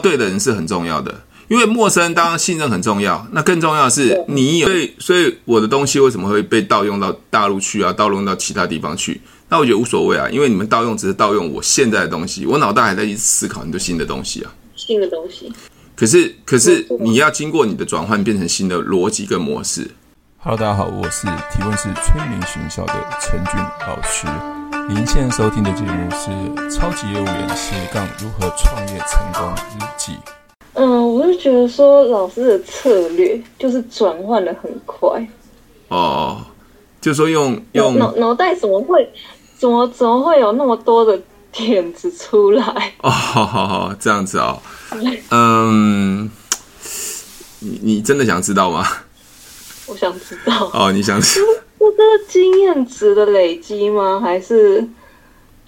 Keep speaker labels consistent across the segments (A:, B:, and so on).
A: 对的人是很重要的，因为陌生人当然信任很重要，那更重要的是你有。所以，所以我的东西为什么会被盗用到大陆去啊？盗用到其他地方去？那我觉得无所谓啊，因为你们盗用只是盗用我现在的东西，我脑袋还在一直思考很多新的东西啊。
B: 新的东西。
A: 可是，可是你要经过你的转换，变成新的逻辑跟模式。
C: Hello，大家好，我是提问是催眠学校的陈俊老师。您现在收听的节目是《超级业务员斜杠如何创业成功日记》。
B: 嗯，我是觉得说老师的策略就是转换的很快，
A: 哦，就是说用
B: 脑
A: 用
B: 脑脑袋怎么会怎么怎么会有那么多的点子出来？
A: 哦，好好好，这样子哦，嗯，你你真的想知道吗？
B: 我想知道，
A: 哦，你想 知
B: 那这是经验值的累积吗？还是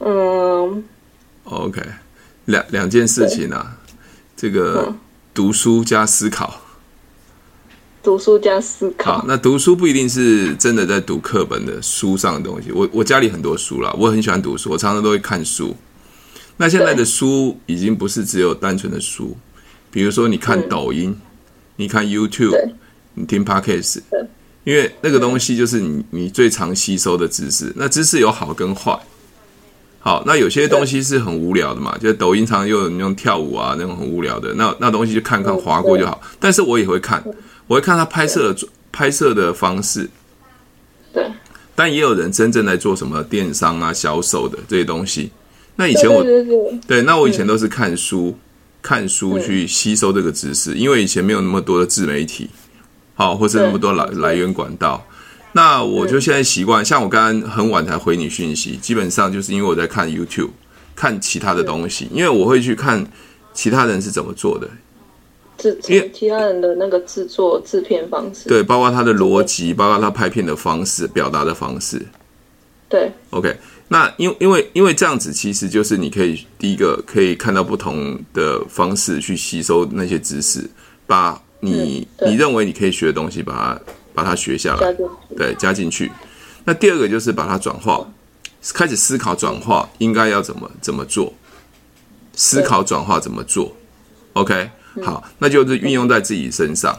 B: 嗯
A: OK，两两件事情啊，这个
B: 嗯
A: 读书加思考。
B: 读书加思考
A: 好，？那读书不一定是真的在读课本的书上的东西。我我家里很多书啦，我很喜欢读书，我常常都会看书。那现在的
B: 对
A: 书已经不是只有单纯的书，比如说你看抖音，你看 YouTube，
B: 嗯对
A: 你听 Podcast，
B: 对
A: 因为那个东西就是你你最常吸收的知识。那知识有好跟坏。好，那有些东西是很无聊的嘛，就抖音常有人用跳舞啊那种很无聊的，那那东西就看看
B: 嗯
A: 划过就好。但是我也会看，我会看他拍摄的拍摄的方式，
B: 对，
A: 但也有人真正在做什么电商啊、销售的这些东西。那以
B: 对
A: 前我
B: 对对对，
A: 对，那我以前都是看书，看书去吸收这个知识，因为以前没有那么多的自媒体，好，或是那么多来来源管道。那我就现在习惯，像我刚刚很晚才回你讯息，基本上就是因为我在看 YouTube，看其他的东西，因为我会去看其他人是怎么做的，
B: 制
A: 因为
B: 其他人的那个制作制片方式，
A: 对，包括他的逻辑，包括他拍片的方式、表达的方式。
B: 对
A: OK，那因因为因为这样子，其实就是你可以第一个可以看到不同的方式去吸收那些知识，把你、
B: 嗯对
A: 你认为你可以学的东西，把它把它学下
B: 加
A: 来，
B: 进去，
A: 对，加进去。那第二个就是把它转化，开始思考转化应该要怎么怎么做，思考转化怎么做。OK，好，那就是运用在自己身上。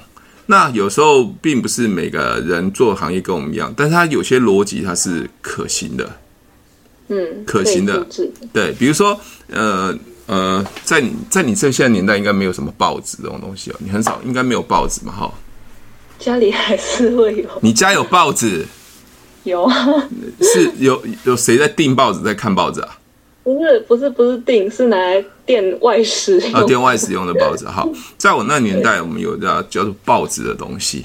A: 那有时候并不是每个人做行业跟我们一样，但是它有些逻辑它是可行的。
B: 嗯，
A: 可行的
B: 可以复制
A: 对，比如说，呃呃，在你在你这个现在年代，应该没有什么报纸这种东西哦，你很少，应该没有报纸嘛，哈。
B: 家里还是会有
A: 你家有报纸，
B: 有啊。
A: 是有有谁在订报纸，在看报纸啊？
B: 不是不是不是订，是拿来垫外食用。
A: 啊，店外使用的报纸，好，在我那年代，我们有叫叫做报纸的东西，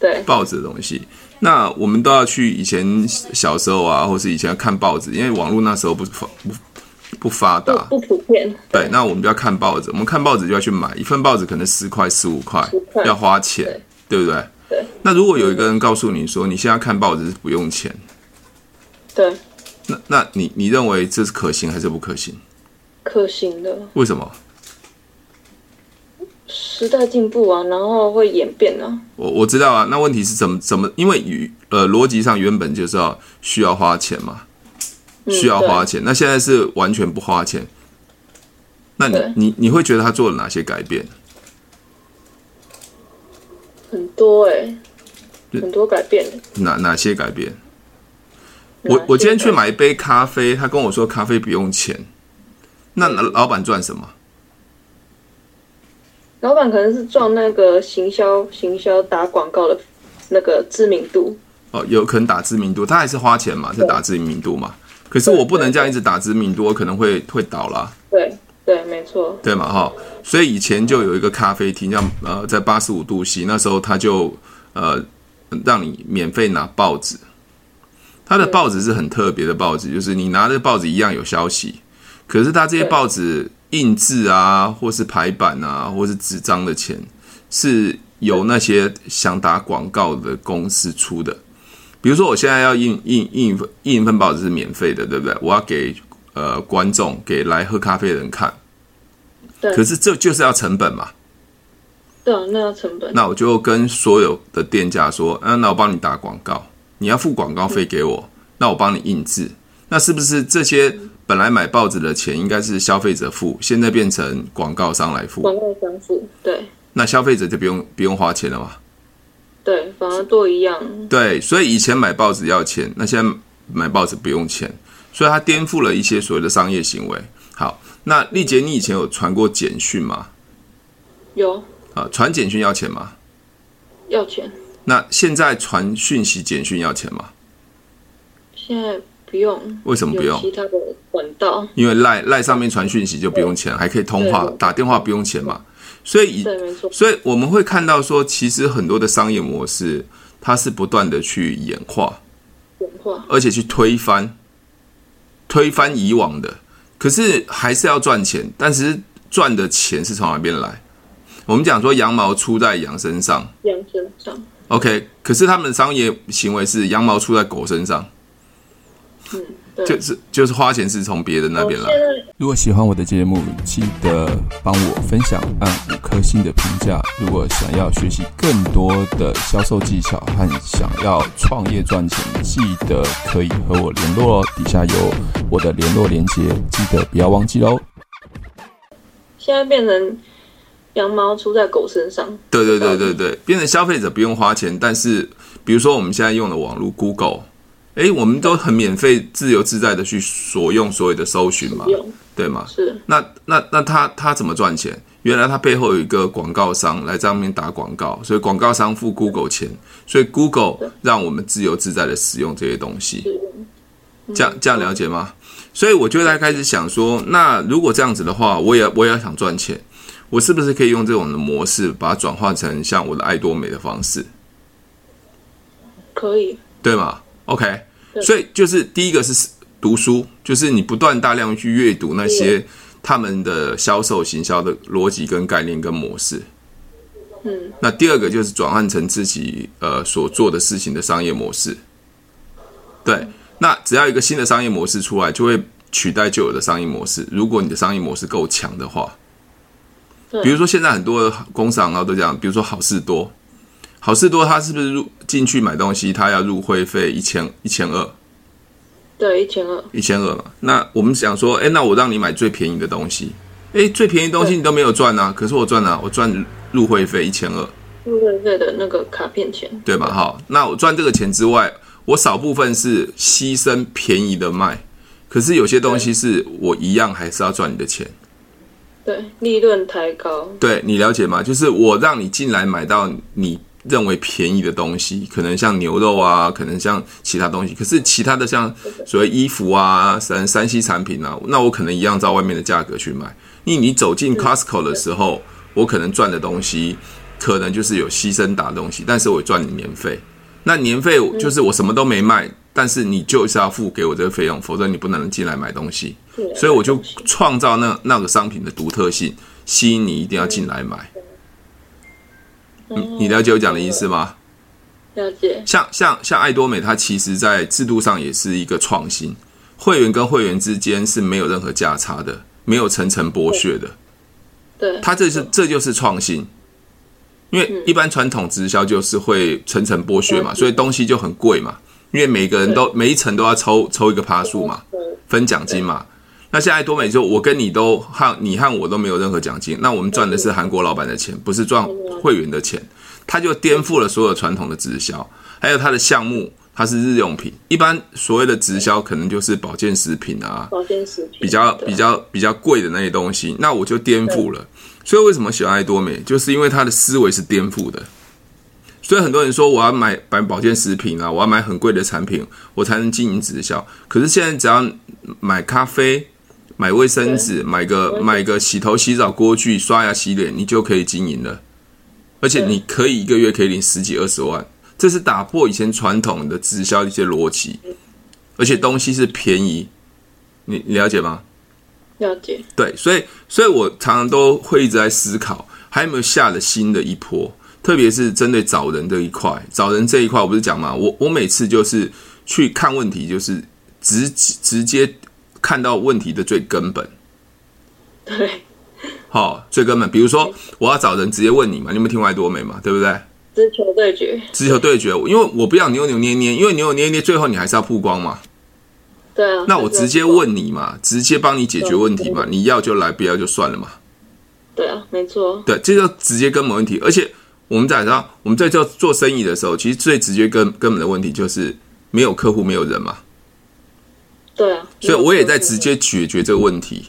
B: 对
A: 报纸的东西。那我们都要去以前小时候啊，或是以前要看报纸，因为网络那时候不发不不发达，
B: 不不普遍。
A: 对，那我们就要看报纸，我们看报纸就要去买一份报纸，可能十块、十五块
B: 10块，
A: 要花钱，对不对？
B: 对
A: 那如果有一个人告诉你说，你现在看报纸是不用钱，
B: 对，
A: 那那你你认为这是可行还是不可行？
B: 可行的
A: 为什么？
B: 时代进步啊，然后会演变啊。
A: 我我知道啊，那问题是怎么怎么？因为与呃逻辑上原本就是要需要花钱嘛，
B: 嗯
A: 需要花钱。那现在是完全不花钱，那你
B: 对
A: 你你会觉得他做了哪些改变？
B: 对很多哎、
A: 对
B: 很多改变。
A: 哪哪些改变？
B: 哪
A: 我
B: 些
A: 我今天去
B: 改
A: 买一杯咖啡，他跟我说咖啡不用钱，那
B: 嗯
A: 老老板赚什么？
B: 老板可能是赚那个行销行销打广告的那个知名度，
A: 哦，有可能打知名度，他还是花钱嘛，是打知名度嘛。可是我不能这样一直打知名度，我可能会会倒啦，
B: 对对，没错，
A: 对嘛哈。所以以前就有一个咖啡厅，叫呃在八十五度 C，那时候他就呃让你免费拿报纸，他的报纸是很特别的报纸，就是你拿着报纸一样有消息，可是他这些
B: 对
A: 报纸印制啊，或是排版啊，或是纸张的钱，是由那些想打广告的公司出的。比如说，我现在要印印印一份印一份报纸是免费的，对不对？我要给呃观众给来喝咖啡的人看，
B: 对
A: 可是这就是要成本嘛。
B: 对啊，那要成本，
A: 那我就跟所有的店家说，嗯、那我帮你打广告，你要付广告费给我，那我帮你印制。那是不是这些本来买报纸的钱应该是消费者付，现在变成广告商来付，
B: 广告相符，对
A: 那消费者就不用不用花钱了嘛。
B: 对，反而都一样，
A: 对，所以以前买报纸要钱，那现在买报纸不用钱，所以它颠覆了一些所谓的商业行为。好，那丽姐，你以前有传过简讯吗？
B: 有
A: 啊，传简讯要钱吗？
B: 要钱，
A: 那现在传讯息、简讯要钱吗？
B: 现在不用，
A: 为什么不
B: 有
A: 用
B: 其？他的管道，
A: 因为赖赖上面传讯息就不用钱，还可以通话
B: 对、
A: 打电话不用钱嘛。所以以
B: 对，没错，
A: 所以我们会看到说，其实很多的商业模式，它是不断的去演化，
B: 文化，
A: 而且去推翻，推翻以往的。可是还是要赚钱，但是赚的钱是从哪边来？我们讲说羊毛出在羊身上
B: 养生上，
A: ，OK，可是他们的商业行为是羊毛出在狗身上，
B: 嗯，对，
A: 就是就是花钱是从别人那边来
B: 哦。现在
C: 如果喜欢我的节目，记得帮我分享，按五颗星的评价。如果想要学习更多的销售技巧和想要创业赚钱，记得可以和我联络哦。底下有我的联络连接，记得不要忘记喽。
B: 现在变成羊毛出在狗身上，
A: 对对对对对，变成消费者不用花钱，但是比如说我们现在用的网络 Google，哎，我们都很免费、自由自在的去所用所有的搜寻嘛，
B: 用
A: 对吗？
B: 是
A: 那那那他他怎么赚钱？原来他背后有一个广告商来上面打广告，所以广告商付 Google 钱，所以 Google 让我们自由自在的使用这些东西。
B: 是用，
A: 这样这样了解吗？所以我就在开始想说，那如果这样子的话，我也我也要想赚钱，我是不是可以用这种的模式，把它转化成像我的爱多美的方式，
B: 可以，
A: 对吗？OK，
B: 对
A: 所以就是第一个是读书，就是你不断大量去阅读那些他们的销售行销的逻辑跟概念跟模式。
B: 嗯，
A: 那第二个就是转换成自己呃所做的事情的商业模式。
B: 嗯
A: 对，那只要一个新的商业模式出来，就会取代旧有的商业模式。如果你的商业模式够强的话，
B: 对
A: 比如说现在很多的工厂啊都讲，比如说好事多，好事多它是不是入进去买东西，它要入会费一千一千二
B: 对，一千二，
A: 一千二嘛？那我们想说，哎，那我让你买最便宜的东西，哎，最便宜的东西
B: 对
A: 你都没有赚啊，可是我赚了、我赚入会费一千二。
B: 入会费的那个卡片钱，
A: 对吧？好，那我赚这个钱之外，我少部分是牺牲便宜的卖，可是有些东西是我一样还是要赚你的钱。
B: 对，利润抬高，
A: 对你了解吗？就是我让你进来买到你认为便宜的东西，可能像牛肉啊，可能像其他东西，可是其他的像所谓衣服啊、三三 C 产品啊，那我可能一样照外面的价格去买。你你走进 Costco 的时候，我可能赚的东西，可能就是有牺牲打的东西，但是我赚你年费。那年费就是我什么都没卖，但是你就是要付给我这个费用，否则你不能进来买东西。
B: 对啊
A: 所以我就创造那那个商品的独特性，吸引你一定要进来买。你嗯你了解我讲的意思吗？
B: 哦了解，
A: 像像像爱多美，它其实在制度上也是一个创新，会员跟会员之间是没有任何价差的，没有层层剥削的。
B: 对，
A: 它这是这就是创新，因为一般传统直销就是会层层剥削嘛，
B: 嗯
A: 所以东西就很贵嘛，因为每个人都每一层都要抽抽一个趴数嘛。
B: 对
A: 分奖金嘛。那现在多美就我跟你都和你和我都没有任何奖金，那我们赚的是韩国老板的钱，不是赚会员的钱。他就颠覆了所有传统的直销，还有他的项目，它是日用品。一般所谓的直销可能就是保健食品啊，
B: 保健食品
A: 比较
B: 对
A: 比较比较贵的那些东西，那我就颠覆了。所以为什么喜欢爱多美，就是因为他的思维是颠覆的。所以很多人说我要买买保健食品啊，我要买很贵的产品，我才能经营直销。可是现在只要买咖啡、买卫生纸、买个
B: 对
A: 买个洗头、洗澡锅具、刷牙、洗脸，你就可以经营了。而且你可以一个月可以领十几二十万，这是打破以前传统的直销的一些逻辑，
B: 嗯
A: 而且东西是便宜，你你了解吗？
B: 了解，
A: 对，所以所以我常常都会一直在思考，还有没有下了新的一波，特别是针对找人这一块，找人这一块，我不是讲嘛，我我每次就是去看问题，就是直直接看到问题的最根本，
B: 对，
A: 好、最根本，比如说我要找人直接问你嘛，你有没有听过爱多美嘛，对不对？
B: 直球对决，
A: 直球对决，因为我不要扭扭捏捏，因为扭扭捏捏最后你还是要曝光嘛，
B: 对啊。
A: 那我直接问你嘛，直接帮你解决问题嘛，你要就来，不要就算了嘛。
B: 对啊，没错。
A: 对，这就直接根本问题。而且我们在上，我们在做做生意的时候，其实最直接根根本的问题就是没有客户，没有人嘛。
B: 对啊。
A: 所以我也在直接解决这个问题，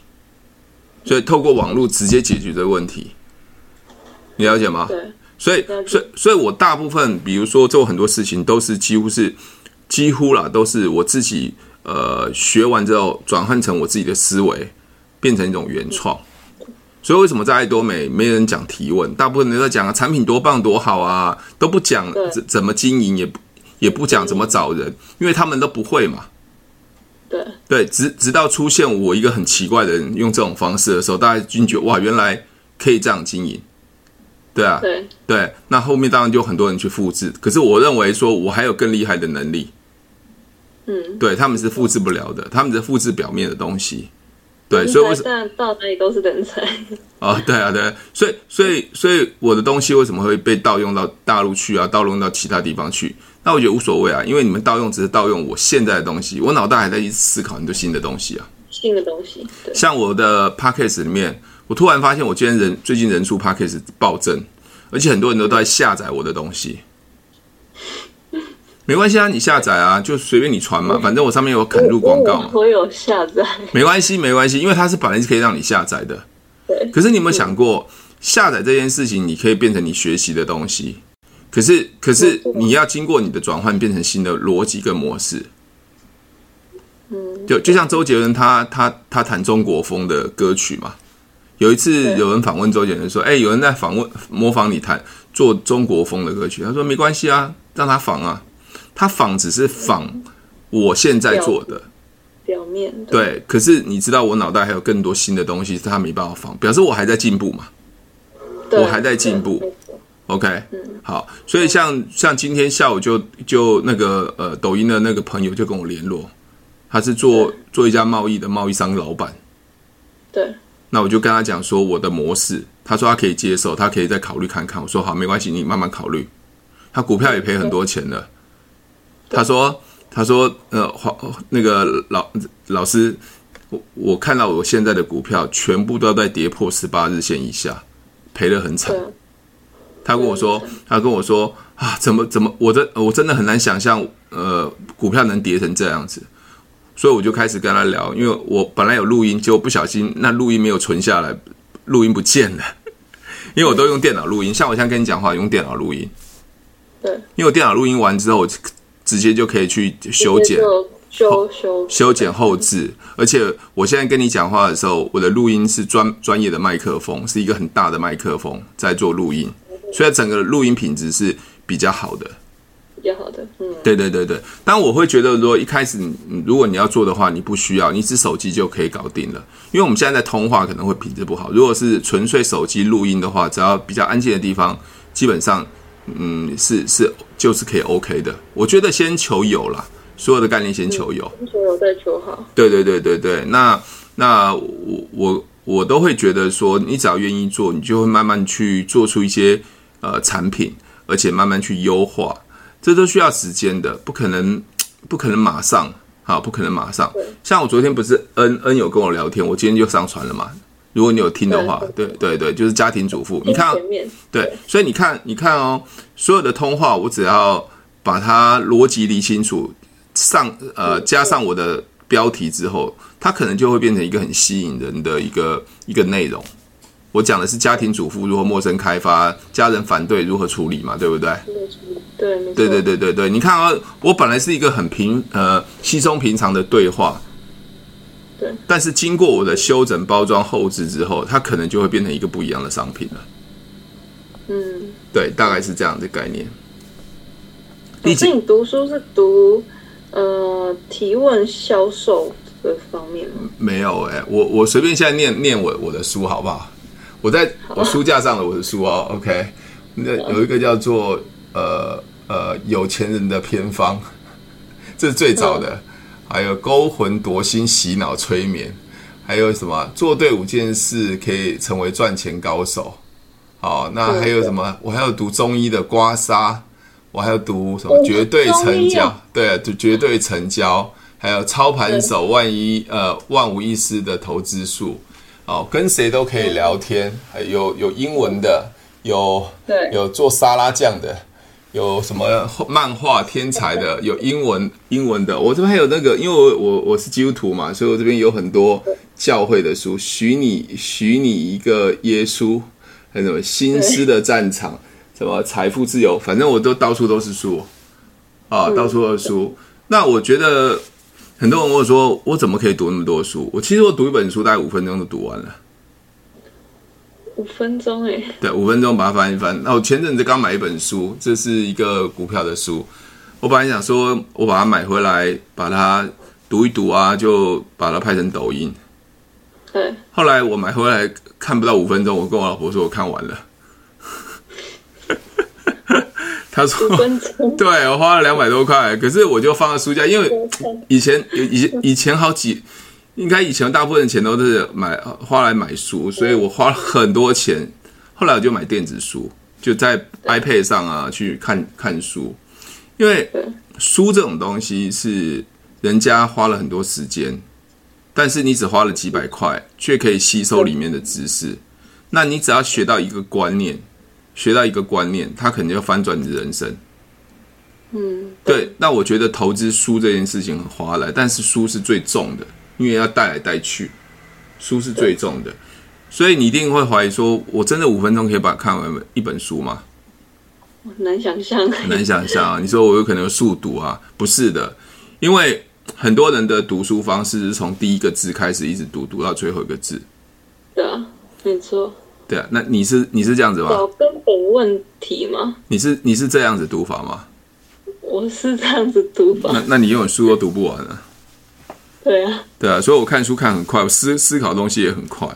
A: 所以透过网络直接解决这个问题，你了解吗？
B: 对。
A: 所以，所以，所以我大部分，比如说做很多事情，都是几乎是几乎啦，都是我自己呃学完之后转换成我自己的思维，变成一种原创。所以为什么在爱多美没人讲提问？大部分人都在讲啊，产品多棒多好啊，都不讲怎怎么经营，也也不
B: 嗯
A: 讲怎么找人，因为他们都不会嘛。
B: 对
A: 对，直直到出现我一个很奇怪的人用这种方式的时候，大家惊觉哇，原来可以这样经营。对啊，
B: 对
A: 对，那后面当然就很多人去复制。可是我认为说，我还有更厉害的能力，
B: 嗯，
A: 对他们是复制不了的，他们是复制表面的东西。对，
B: 人
A: 所以为
B: 才
A: 什么
B: 但到哪里都是人才。
A: 啊？对啊，对啊，所以所以所以我的东西为什么会被盗用到大陆去啊？盗用到其他地方去？那我觉得无所谓啊，因为你们盗用只是盗用我现在的东西，我脑袋还在一直思考很多新的东西啊。
B: 新的东西，对，
A: 像我的 p a c k a g e 里面，我突然发现我今天人最近人数 p a c k a g e 暴增，而且很多人都在下载我的东西。 没关系啊，你下载啊，就随便你传嘛，反正我上面有肯入广告嘛，
B: 我我有下载，
A: 没关系，没关系，因为它是本来是可以让你下载的。
B: 对，
A: 可是你有没有想过，下载这件事情，你可以变成你学习的东西，可是可是你要经过你的转换，变成新的逻辑跟模式。
B: 嗯，
A: 就就像周杰伦他他他弹中国风的歌曲嘛，有一次
B: 对
A: 有人访问周杰伦说：“哎、有人在访问模仿你弹做中国风的歌曲。”他说：“没关系啊，让他仿啊，他仿只是仿我现在做的，
B: 表面的，
A: 对。可是你知道我脑袋还有更多新的东西，是他没办法仿，表示我还在进步嘛。
B: 对
A: 我还在进步，
B: 对没错
A: OK，好，所以像像今天下午就就那个呃抖音的那个朋友就跟我联络，他是做做一家贸易的贸易商老板。”
B: 对
A: 那我就跟他讲说我的模式，他说他可以接受，他可以再考虑看看。我说好，没关系，你慢慢考虑。他股票也赔很多钱了，他说他说呃黄那个老老师，我我看到我现在的股票全部都在跌破十八日线以下，赔得很惨
B: 对。啊
A: 他跟我说
B: 对对，
A: 他跟我说啊，怎么怎么，我真我真的很难想象，呃，股票能跌成这样子。所以我就开始跟他聊，因为我本来有录音，结果不小心那录音没有存下来，录音不见了。 因为我都用电脑录音，像我现在跟你讲话用电脑录音，
B: 对，
A: 因为我电脑录音完之后，我直接就可以去修剪。
B: 就修修
A: 修剪后置，而且我现在跟你讲话的时候，我的录音是专专业的麦克风，是一个很大的麦克风在做录音，所以整个录音品质是比较好的。
B: 比较好的，嗯，
A: 对对对对，但我会觉得，如果一开始你你如果你要做的话，你不需要，你只手机就可以搞定了。因为我们现在在通话可能会品质不好，如果是纯粹手机录音的话，只要比较安静的地方，基本上，嗯，是是就是可以 OK 的。我觉得先求有啦，所有的概念先求有。
B: 求有再求好，
A: 对对对对对，那那我我我都会觉得说，你只要愿意做，你就会慢慢去做出一些呃产品，而且慢慢去优化，这都需要时间的，不可能不可能马上啊，不可能马上
B: 对。
A: 像我昨天不是恩恩有跟我聊天，我今天就上传了嘛。如果你有听的话，对
B: 对
A: 对对，就是家庭主妇，你看啊
B: 前面
A: 对，所以你看，你看哦，所有的通话我只要把它逻辑理清楚，上呃加上我的标题之后，它可能就会变成一个很吸引人的一个一个内容。我讲的是家庭主妇如何陌生开发，家人反对如何处理嘛，对不对？
B: 对，没
A: 对
B: 错，
A: 对对对对，你看啊，我本来是一个很平呃稀松平常的对话，
B: 对，
A: 但是经过我的修整、包装、后置之后，它可能就会变成一个不一样的商品了。
B: 嗯，
A: 对，大概是这样的概念。
B: 可
A: 第
B: 是
A: 几？
B: 你读书是读呃提问销售这方面吗？
A: 没有哎、我我随便现在念念我我的书好不好？我在我书架上的我的书哦，OK，那有一个叫做呃呃有钱人的偏方，这是最早的，还有勾魂夺心、洗脑催眠，还有什么做对五件事可以成为赚钱高手。哦，那还有什么？我还有读中医的刮痧，我还有读什么
B: 哦
A: 绝对
B: 中
A: 成
B: 医
A: 交
B: 啊，
A: 对，就绝对成交，还有操盘手万一呃万无一失的投资术，哦，跟谁都可以聊天，还有有英文的，有
B: 对
A: 有做沙拉酱的，有什么漫画天才的，有英文英文的，我这边还有那个，因为我我我是基督徒嘛，所以我这边有很多教会的书，许你许你一个耶稣，还有什么心思的战场，什么财富自由，反正我都到处都是书，啊，到处都是书。那我觉得很多人问我说，我怎么可以读那么多书？我其实我读一本书大概五分钟就读完了。
B: 五分钟哎、
A: 对，五分钟把它翻一翻。那我前阵子刚买一本书，这是一个股票的书，我本来想说我把它买回来，把它读一读啊，就把它拍成抖音。
B: 对，
A: 后来我买回来看不到五分钟，我跟我老婆说我看完了， 她说
B: 五分 钟，
A: 对我花了两百多块，可是我就放在书架，因为以前以前以前好几，应该以前大部分的钱都是买花来买书，所以我花了很多钱。后来我就买电子书，就在 iPad 上啊去看看书，因为
B: 对
A: 书这种东西是人家花了很多时间，但是你只花了几百块，却可以吸收里面的知识。那你只要学到一个观念，学到一个观念，它可能就翻转你的人生。
B: 嗯，
A: 对，那我觉得投资书这件事情很划来，但是书是最重的，因为要带来带去，书是最重的，所以你一定会怀疑说，我真的五分钟可以把看完一本书吗？
B: 我很难想象，
A: 很难想象啊！你说我有可能有速读啊？不是的，因为很多人的读书方式是从第一个字开始，一直读读到最后一个字。
B: 对啊，没错，
A: 对啊，那你是你是这样子吗
B: 找？根本问题嘛，
A: 你是你是这样子读法吗？
B: 我是这样子读法，
A: 那那你永远书都读不完啊。
B: 对啊，
A: 对啊，所以我看书看很快，我思思考东西也很快。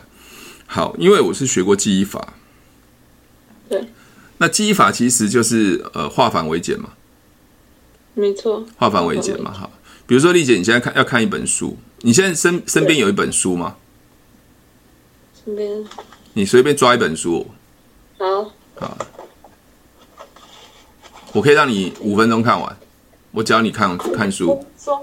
A: 好，因为我是学过记忆法。
B: 对。
A: 那记忆法其实就是呃化繁为简嘛，
B: 没错，
A: 化繁为简嘛。好，比如说丽姐，你现在看要看一本书，你现在身身边有一本书吗？
B: 这边
A: 你随便抓一本书，
B: 好，
A: 我可以让你五分钟看完，我教你看看书。
B: 中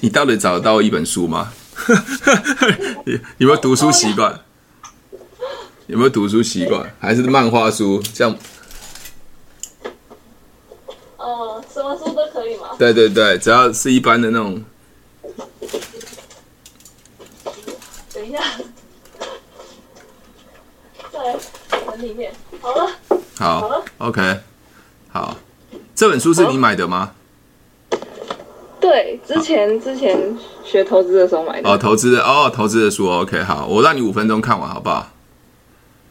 A: 你到底找得到一本书吗？ 你有没有读书习惯？有没有读书习惯？还是漫画书？像
B: 呃，什么书都可以吗？
A: 对对对，只要是一般的那种
B: 等一下， 在很里面，好了，好
A: 好
B: 了
A: ，OK，好，这本书是你买的吗？
B: 对，之前之前学投资的时候买的，
A: 哦，投资的哦，投资的书，OK，好，我让你五分钟看完，好不好？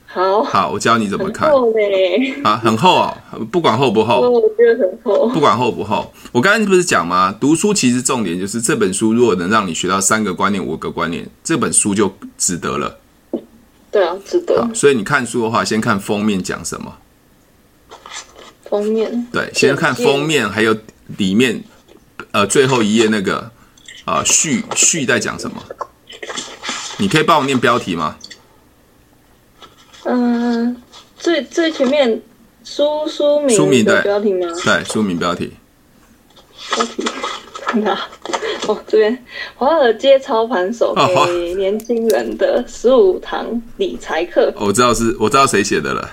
B: 好，
A: 好，我教你怎么
B: 很
A: 看
B: 厚哦嘞，
A: 啊，很厚哦，不管厚不
B: 我
A: 厚，
B: 我觉得很厚，
A: 不管厚不厚，我刚才不是讲吗？读书其实重点就是这本书如果能让你学到三个观念、五个观念，这本书就值得了。
B: 对啊，值得
A: 好，所以你看书的话，先看封面讲什么，
B: 封面，
A: 对，先看封面，还有里面，呃，最后一页那个啊、序序在讲什么？你可以帮我念标题吗？
B: 嗯，最最前面书书名
A: 书名对
B: 的标题吗？
A: 对，书名标题。
B: 标题 哪？哦，这边华尔街操盘手
A: 哦华
B: 给年轻人的十五堂理财课，
A: 哦我知道是，我知道谁写的了。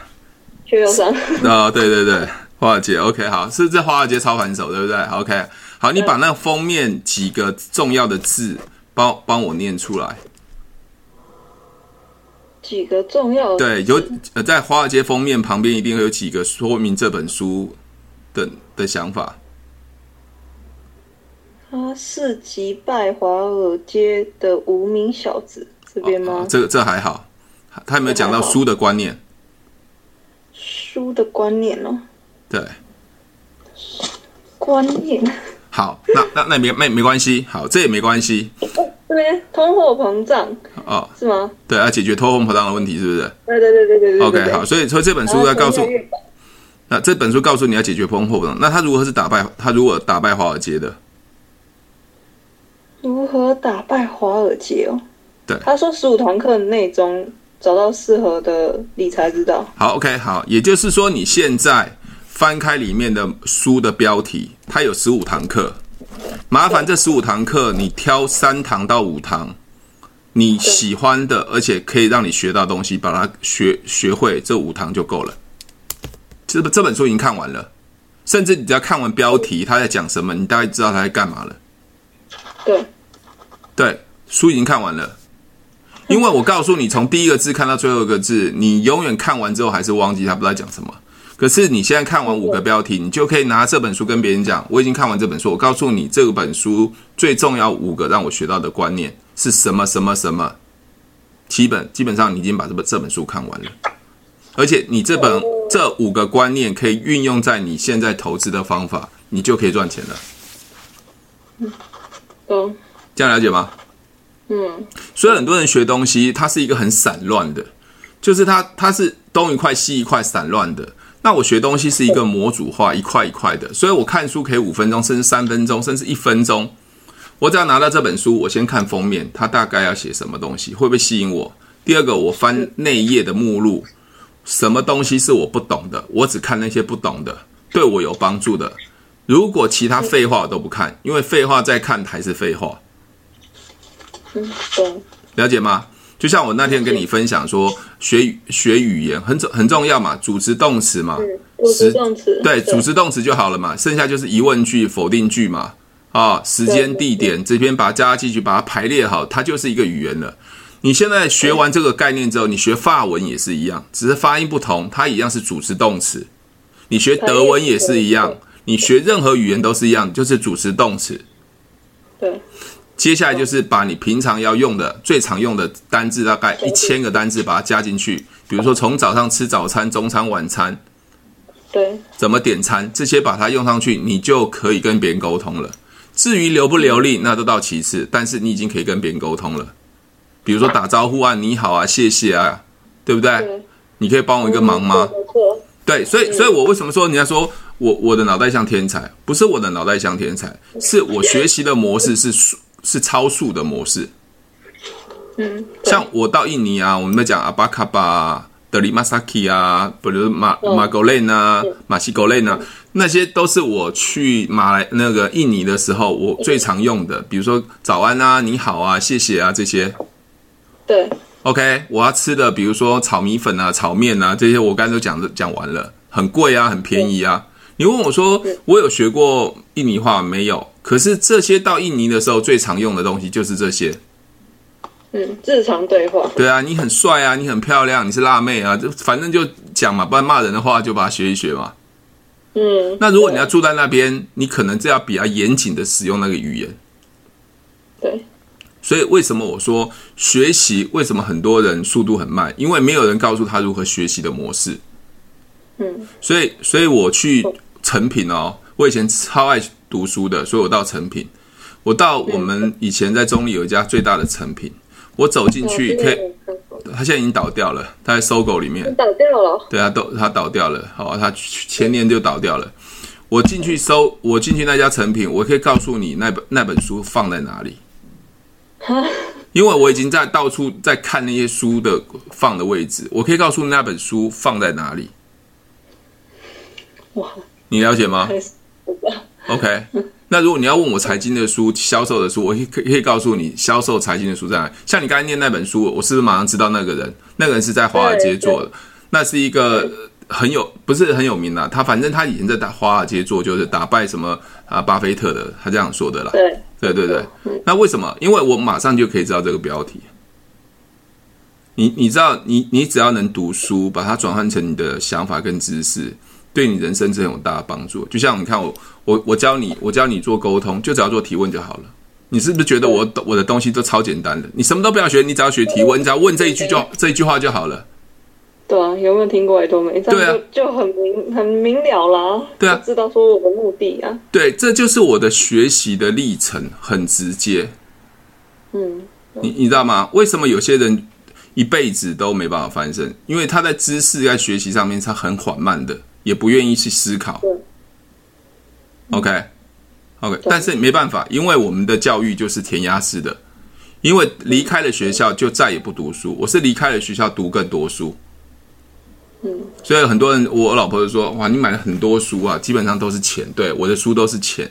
B: 缺忧 伤。
A: 啊、对对对，华尔街，OK，好，是这华尔街操盘手，对不对好？OK，好，你把那个封面几个重要的字帮帮我念出来。
B: 几个重要的
A: 对，有呃，在华尔街封面旁边一定会有几个说明这本书的的想法。
B: 他是击败华尔街的无名小子，这边
A: 啊
B: 吗？
A: 这个这还好，他有没有讲到
B: 这还好
A: 书的观念？
B: 书的观念哦，
A: 对，
B: 观念。
A: 好，那那那没没没关系，好，这也没关系
B: 这边通货膨胀
A: 哦。
B: 是吗？
A: 对，要解决通货膨胀的问题，是不是
B: 对对对对对对对对
A: ？OK，好，所以所以这本书
B: 然后
A: 要告诉
B: 越来越白
A: 那这本书告诉你要解决通货膨胀，那他如何是打败他如何打败华尔街的？
B: 如何打败华尔街哦。
A: 对
B: 他说十五堂课内中找到适合的理财之道。
A: 好，OK，好，也就是说你现在翻开里面的书的标题，它有十五堂课。麻烦这十五堂课，你挑三堂到五堂你喜欢的，而且可以让你学到东西，把它学学会，这五堂就够了。这本这本书已经看完了，甚至你只要看完标题，他在讲什么，你大概知道他在干嘛了。
B: 对，
A: 对，书已经看完了，因为我告诉你，从第一个字看到最后一个字，你永远看完之后还是忘记他不知道讲什么。可是你现在看完五个标题，你就可以拿这本书跟别人讲，我已经看完这本书，我告诉你这本书最重要五个让我学到的观念是什么什么什么。基本基本上你已经把这本这本书看完了，而且你这本这五个观念可以运用在你现在投资的方法，你就可以赚钱了。
B: 懂。
A: 这样了解吗？
B: 嗯，
A: 所以很多人学东西，它是一个很散乱的，就是它它是东一块西一块散乱的。那我学东西是一个模组化，一块一块的，所以我看书可以五分钟，甚至三分钟，甚至一分钟。我只要拿到这本书，我先看封面，它大概要写什么东西，会不会吸引我？第二个，我翻内页的目录，什么东西是我不懂的，我只看那些不懂的，对我有帮助的。如果其他废话我都不看，因为废话再看还是废话，
B: 嗯，懂。
A: 了解吗？就像我那天跟你分享
B: 嗯
A: 说，学学语言很重很重要嘛，组织动词嘛，
B: 嗯，我
A: 时
B: 是动词。
A: 对，组织动词就好了嘛，剩下就是疑问句、否定句嘛，啊，时间、
B: 对
A: 地点这边把它加进去，把它排列好，它就是一个语言了。你现在学完这个概念之后，你学法文也是一样，只是发音不同，它一样是组织动词。你学德文也是一样
B: 对，
A: 你学任何语言都是一样，就是主词动词。
B: 对，
A: 接下来就是把你平常要用的、最常用的单字，大概一千个单字，把它加进去。比如说，从早上吃早餐、中餐、晚餐，
B: 对，
A: 怎么点餐，这些把它用上去，你就可以跟别人沟通了。至于流不流利，那都到其次，但是你已经可以跟别人沟通了。比如说打招呼啊，你好啊，谢谢啊，对不对？
B: 对。
A: 你可以帮我一个忙吗？
B: 没错，
A: 对，嗯所以，所以我为什么说人家说我我的脑袋像天才，不是我的脑袋像天才，是我学习的模式是数是超速的模式。
B: 嗯，对
A: 像我到印尼啊，我们在讲阿巴卡巴、德里马萨基啊，比如马
B: 嗯
A: 马狗类呢
B: 嗯、
A: 啊马西狗类呢，那些都是我去马来那个印尼的时候我最常用的，比如说早安啊、你好啊、谢谢啊这些。
B: 对
A: OK，我要吃的，比如说炒米粉啊、炒面啊这些，我刚才都讲讲完了，很贵啊，很便宜啊。你问我说
B: 嗯，
A: 我有学过印尼话没有？可是这些到印尼的时候最常用的东西就是这些。
B: 嗯，日常对话，
A: 对啊，你很帅啊，你很漂亮，你是辣妹啊，就反正就讲嘛，不然骂人的话就把它学一学嘛。
B: 嗯，
A: 那如果你要住在那边，你可能就要比较严谨的使用那个语言。
B: 对
A: 所以为什么我说学习为什么很多人速度很慢？因为没有人告诉他如何学习的模式。
B: 嗯，
A: 所以，所以我去成品哦，我以前超爱读书的，所以我到成品，我到我们以前在中立有一家最大的成品，我走进去
B: 哦
A: 可以，
B: 以
A: 它现在已经倒掉了，它在搜狗里面，
B: 打掉了，
A: 对啊，都它倒掉了，好、它前年就倒掉了。我进去搜，我进去那家成品，我可以告诉你那本那本书放在哪里， 因为我已经在到处在看那些书的放的位置，我可以告诉你那本书放在哪里，
B: 哇，
A: 你了解吗
B: 还是
A: ？OK，那如果你要问我财经的书、销售的书，我可以可以告诉你销售财经的书在哪里。像你刚才念那本书，我是不是马上知道那个人？那个人是在华尔街做的，那是一个很有不是很有名啦、他反正他以前在打华尔街做，就是打败什么啊巴菲特的，他这样说的啦。
B: 对
A: 对对对，那为什么？因为我马上就可以知道这个标题。你你知道，你你只要能读书，把它转换成你的想法跟知识，对你人生是很有大的帮助。就像你看我我我教你，我教你做沟通，就只要做提问就好了。你是不是觉得我我的东西都超简单的？你什么都不要学，你只要学提问，你只要问这一句就这一句话就好了。
B: 对啊，有没有听过也都没，这
A: 对
B: 样
A: 啊
B: 就就很明很明了啦，
A: 对啊
B: 就知道说我的目的啊，
A: 对，这就是我的学习的历程，很直接。
B: 嗯，
A: 你你知道吗？为什么有些人一辈子都没办法翻身？因为他在知识在学习上面，他很缓慢的，也不愿意去思考。OK
B: 嗯
A: OK，但是没办法，因为我们的教育就是填鸭式的，因为离开了学校就再也不读书。我是离开了学校读更多书，
B: 嗯，
A: 所以很多人，我老婆就说：“哇，你买了很多书啊，基本上都是钱。”对，我的书都是钱，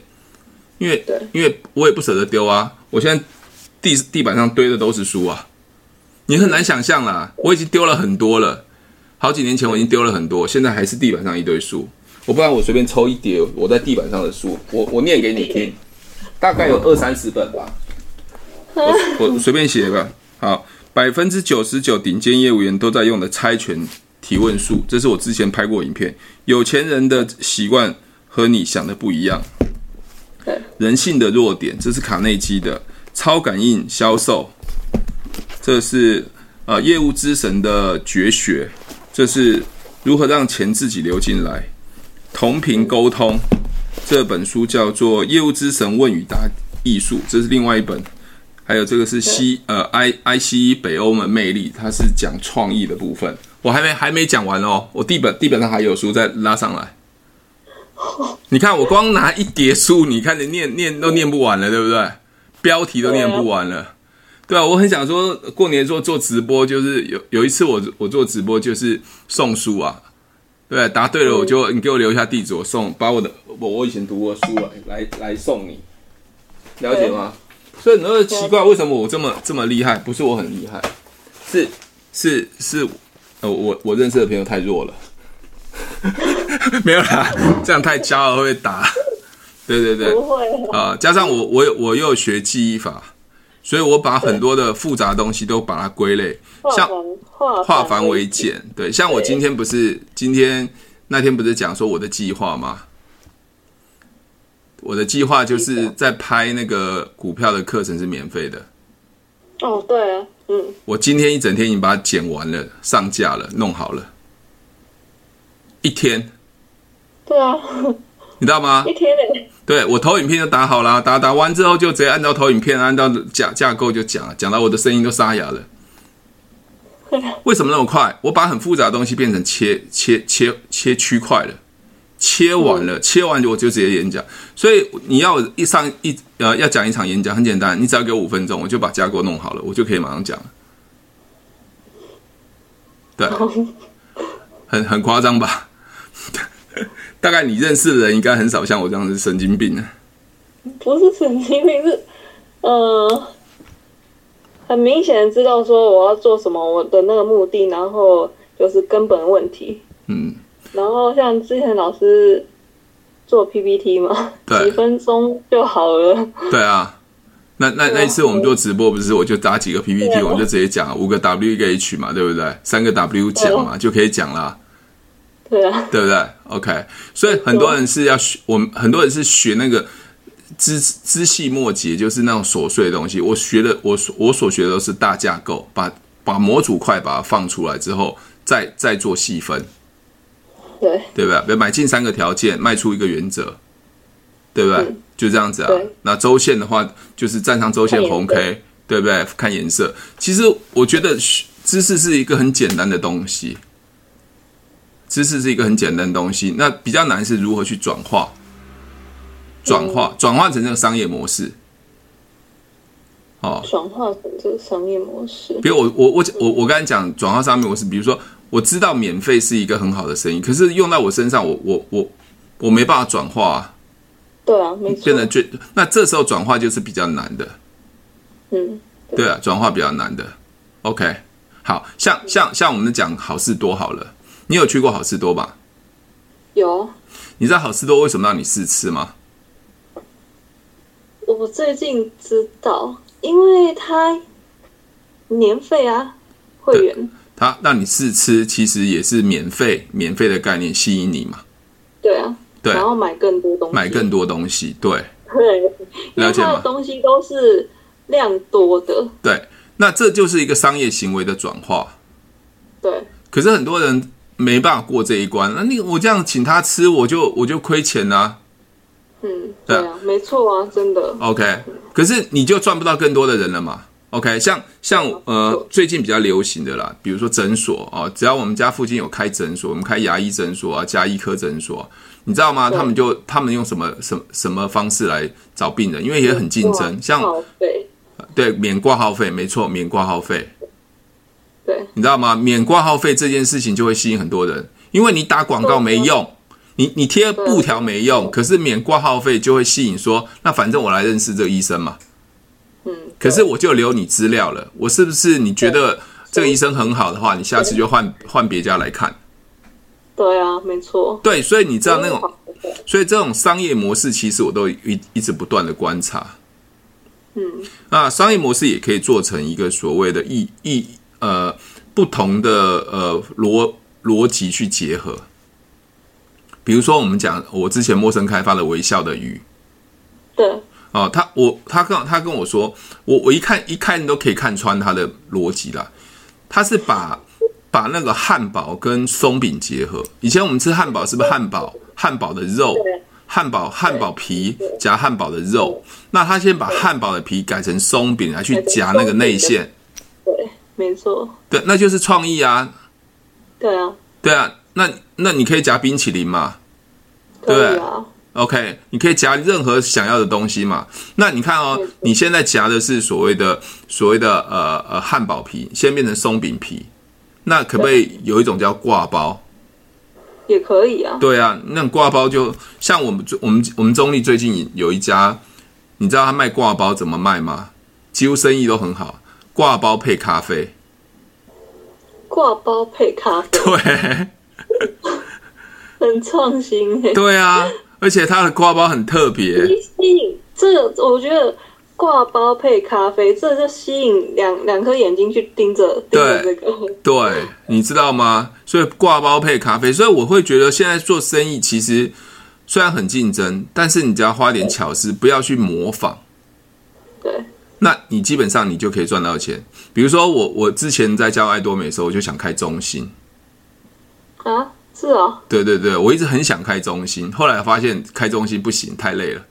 A: 因为
B: 对
A: 因为我也不舍得丢啊。我现在地地板上堆的都是书啊，你很难想象啦。我已经丢了很多了，好几年前我已经丢了很多，现在还是地板上一堆书。我不然我随便抽一叠我在地板上的书，我我念给你听，大概有二三十本吧。我我随便写吧。好，百分之九十九顶尖业务员都在用的猜拳提问术，这是我之前拍过影片。有钱人的习惯和你想的不一样
B: 对。
A: 人性的弱点，这是卡内基的超感应销售，这是呃业务之神的绝学，这是如何让钱自己流进来。同频沟通这本书叫做《业务之神问与答艺术》，这是另外一本。还有这个是西呃 I I C E 北欧们魅力，它是讲创意的部分。我还没还没讲完哦，我地本地本上还有书再拉上来。你看我光拿一叠书，你看你念念都念不完了，对不对？标题都念不完了，对啊，我很想说过年做做直播，就是有有一次我我做直播就是送书啊，对，答对了我就你给我留下地址，我送把我的我我以前读过的书来来来送你，了解吗？所以你会奇怪，为什么我这么这么厉害？不是我很厉害，是是是，呃，我我认识的朋友太弱了， 没有啦，这样太骄傲会被打。对对对，
B: 不会啊，
A: 啊、加上我我有我又学记忆法，所以我把很多的复杂东西都把它归类，像
B: 啊哦化繁
A: 化繁为，简。对，像我今天不是今天那天不是讲说我的计划吗？我的计划就是在拍那个股票的课程是免费的，
B: 哦，对啊，嗯，
A: 我今天一整天已经把它剪完了，上架了，弄好了，一天，
B: 对啊，
A: 你知道吗？
B: 一天嘞，
A: 对我投影片就打好啦，打打完之后就直接按照投影片，按照架架构就讲，讲到我的声音都沙哑了。为什么那么快？我把很复杂的东西变成切切切切区块了，切完了，切完我就直接演讲。所以你要一上一呃要讲一场演讲很简单，你只要给我五分钟，我就把架构弄好了，我就可以马上讲了。对，
B: 哦
A: 很很夸张吧？ 大概你认识的人应该很少像我这样是神经病的、
B: 不是神经病，是呃，很明显地知道说我要做什么，我的那个目的，然后就是根本问题。
A: 嗯，
B: 然后像之前老师做 PPT 嘛，
A: 对
B: 几分钟就好了。
A: 对啊，那那
B: 对啊
A: 那一次我们做直播，不是我就打几个 PPT，、
B: 对啊
A: 我们就直接讲五个 W 一个 H 嘛，对不对？三个 W
B: 啊
A: 讲嘛，就可以讲啦，
B: 对啊，
A: 对不对？OK，所以很多人是要学，我们很多人是学那个知知细末节，就是那种琐碎的东西。我学的，我所我所学的都是大架构，把把模组块把它放出来之后，再再做细分。
B: 对
A: 对不对？比如买进三个条件，卖出一个原则，对不对？
B: 嗯
A: 就这样子啊
B: 对。
A: 那周线的话，就是站上周线
B: 看颜色
A: 红 K，对不对？看颜色。其实我觉得学知识是一个很简单的东西，知识是一个很简单的东西。那比较难是如何去转化，转
B: 嗯
A: 化转化成这个商业模式。哦，
B: 转化成这个商业模式。
A: 比如我我我我我刚才讲转化商品模式，比如说我知道免费是一个很好的生意，可是用在我身上，我我我我没办法转化、啊，
B: 对啊，没错
A: 变。得最那这时候转化就是比较难的，
B: 嗯，
A: 对啊，转化比较难的。OK，好像像像我们讲好事多好了，你有去过好事多吧？
B: 有。啊
A: 你知道好事多为什么让你试吃吗？
B: 我最近知道，因为它年费啊，会员。
A: 它让你试吃，其实也是免费免费的概念吸引你嘛，
B: 对啊，
A: 对
B: 然后买更多东西，
A: 买更多东西，对。
B: 对，因
A: 了
B: 为
A: 解
B: 它
A: 吗
B: 的东西都是量多的，
A: 对，那这就是一个商业行为的转化。
B: 对，
A: 可是很多人没办法过这一关，那你我这样请他吃，我就我就亏钱啊。
B: 嗯，
A: 对
B: 对
A: 啊
B: 啊，没错啊，真的，
A: OK，可是你就赚不到更多的人了嘛。OK，像像呃
B: 错
A: 最近比较流行的啦，比如说诊所哦，只要我们家附近有开诊所，我们开牙医诊所啊、加医科诊所，你知道吗？
B: 对
A: 他们就他们用什么什么什么方式来找病人，因为也很竞争，
B: 哇
A: 像
B: 报废，
A: 对免挂号费，没错，免挂号费。
B: 对，
A: 你知道吗？免挂号费这件事情就会吸引很多人，因为你打广告没用，你你贴布条没用，可是免挂号费就会吸引说，那反正我来认识这个医生嘛，
B: 嗯，
A: 可是我就留你资料了，我是不是？你觉得这个医生很好的话，你下次就换换别家来看。
B: 对啊，没错，
A: 对，所以你知道那种，
B: 对
A: 所以这种商业模式其实我都一一直不断的观察。
B: 嗯，
A: 那商业模式也可以做成一个所谓的异异呃不同的呃逻逻辑去结合。比如说，我们讲我之前陌生开发的微笑的鱼
B: 对，
A: 哦，他我他跟他跟我说，我我一看一看都可以看穿他的逻辑啦。他是把把那个汉堡跟松饼结合。以前我们吃汉堡是不是汉堡汉堡的肉
B: 对，
A: 汉堡汉堡皮夹汉堡的肉？那他先把汉堡的皮改成松饼来去夹那个内馅，
B: 对，没错，
A: 对，那就是创意啊，
B: 对啊，
A: 对啊，那那你可以夹冰淇淋嘛
B: 可以啊，
A: ，OK，你可以夹任何想要的东西嘛。那你看哦
B: 没错，
A: 你现在夹的是所谓的所谓的呃呃汉堡皮，先变成松饼皮，那可不可以有一种叫挂包？
B: 也可以啊，
A: 对啊，那种挂包就像我们我们我们中立最近有一家，你知道他卖挂包怎么卖吗？几乎生意都很好，挂包配咖啡。
B: 挂包配咖啡，
A: 对
B: 很创新诶、
A: 对啊，而且他的挂包很特别。
B: 吸引这个，我觉得挂包配咖啡，这就吸引两两颗眼睛去盯着盯着这个，
A: 对，你知道吗？所以挂包配咖啡，所以我会觉得现在做生意其实虽然很竞争，但是你只要花点巧思，不要去模仿。
B: 对，
A: 那你基本上你就可以赚到钱。比如说我我之前在教爱多美的时候，我就想开中心，
B: 啊，是啊，
A: 对对对，我一直很想开中心，后来发现开中心不行，太累了，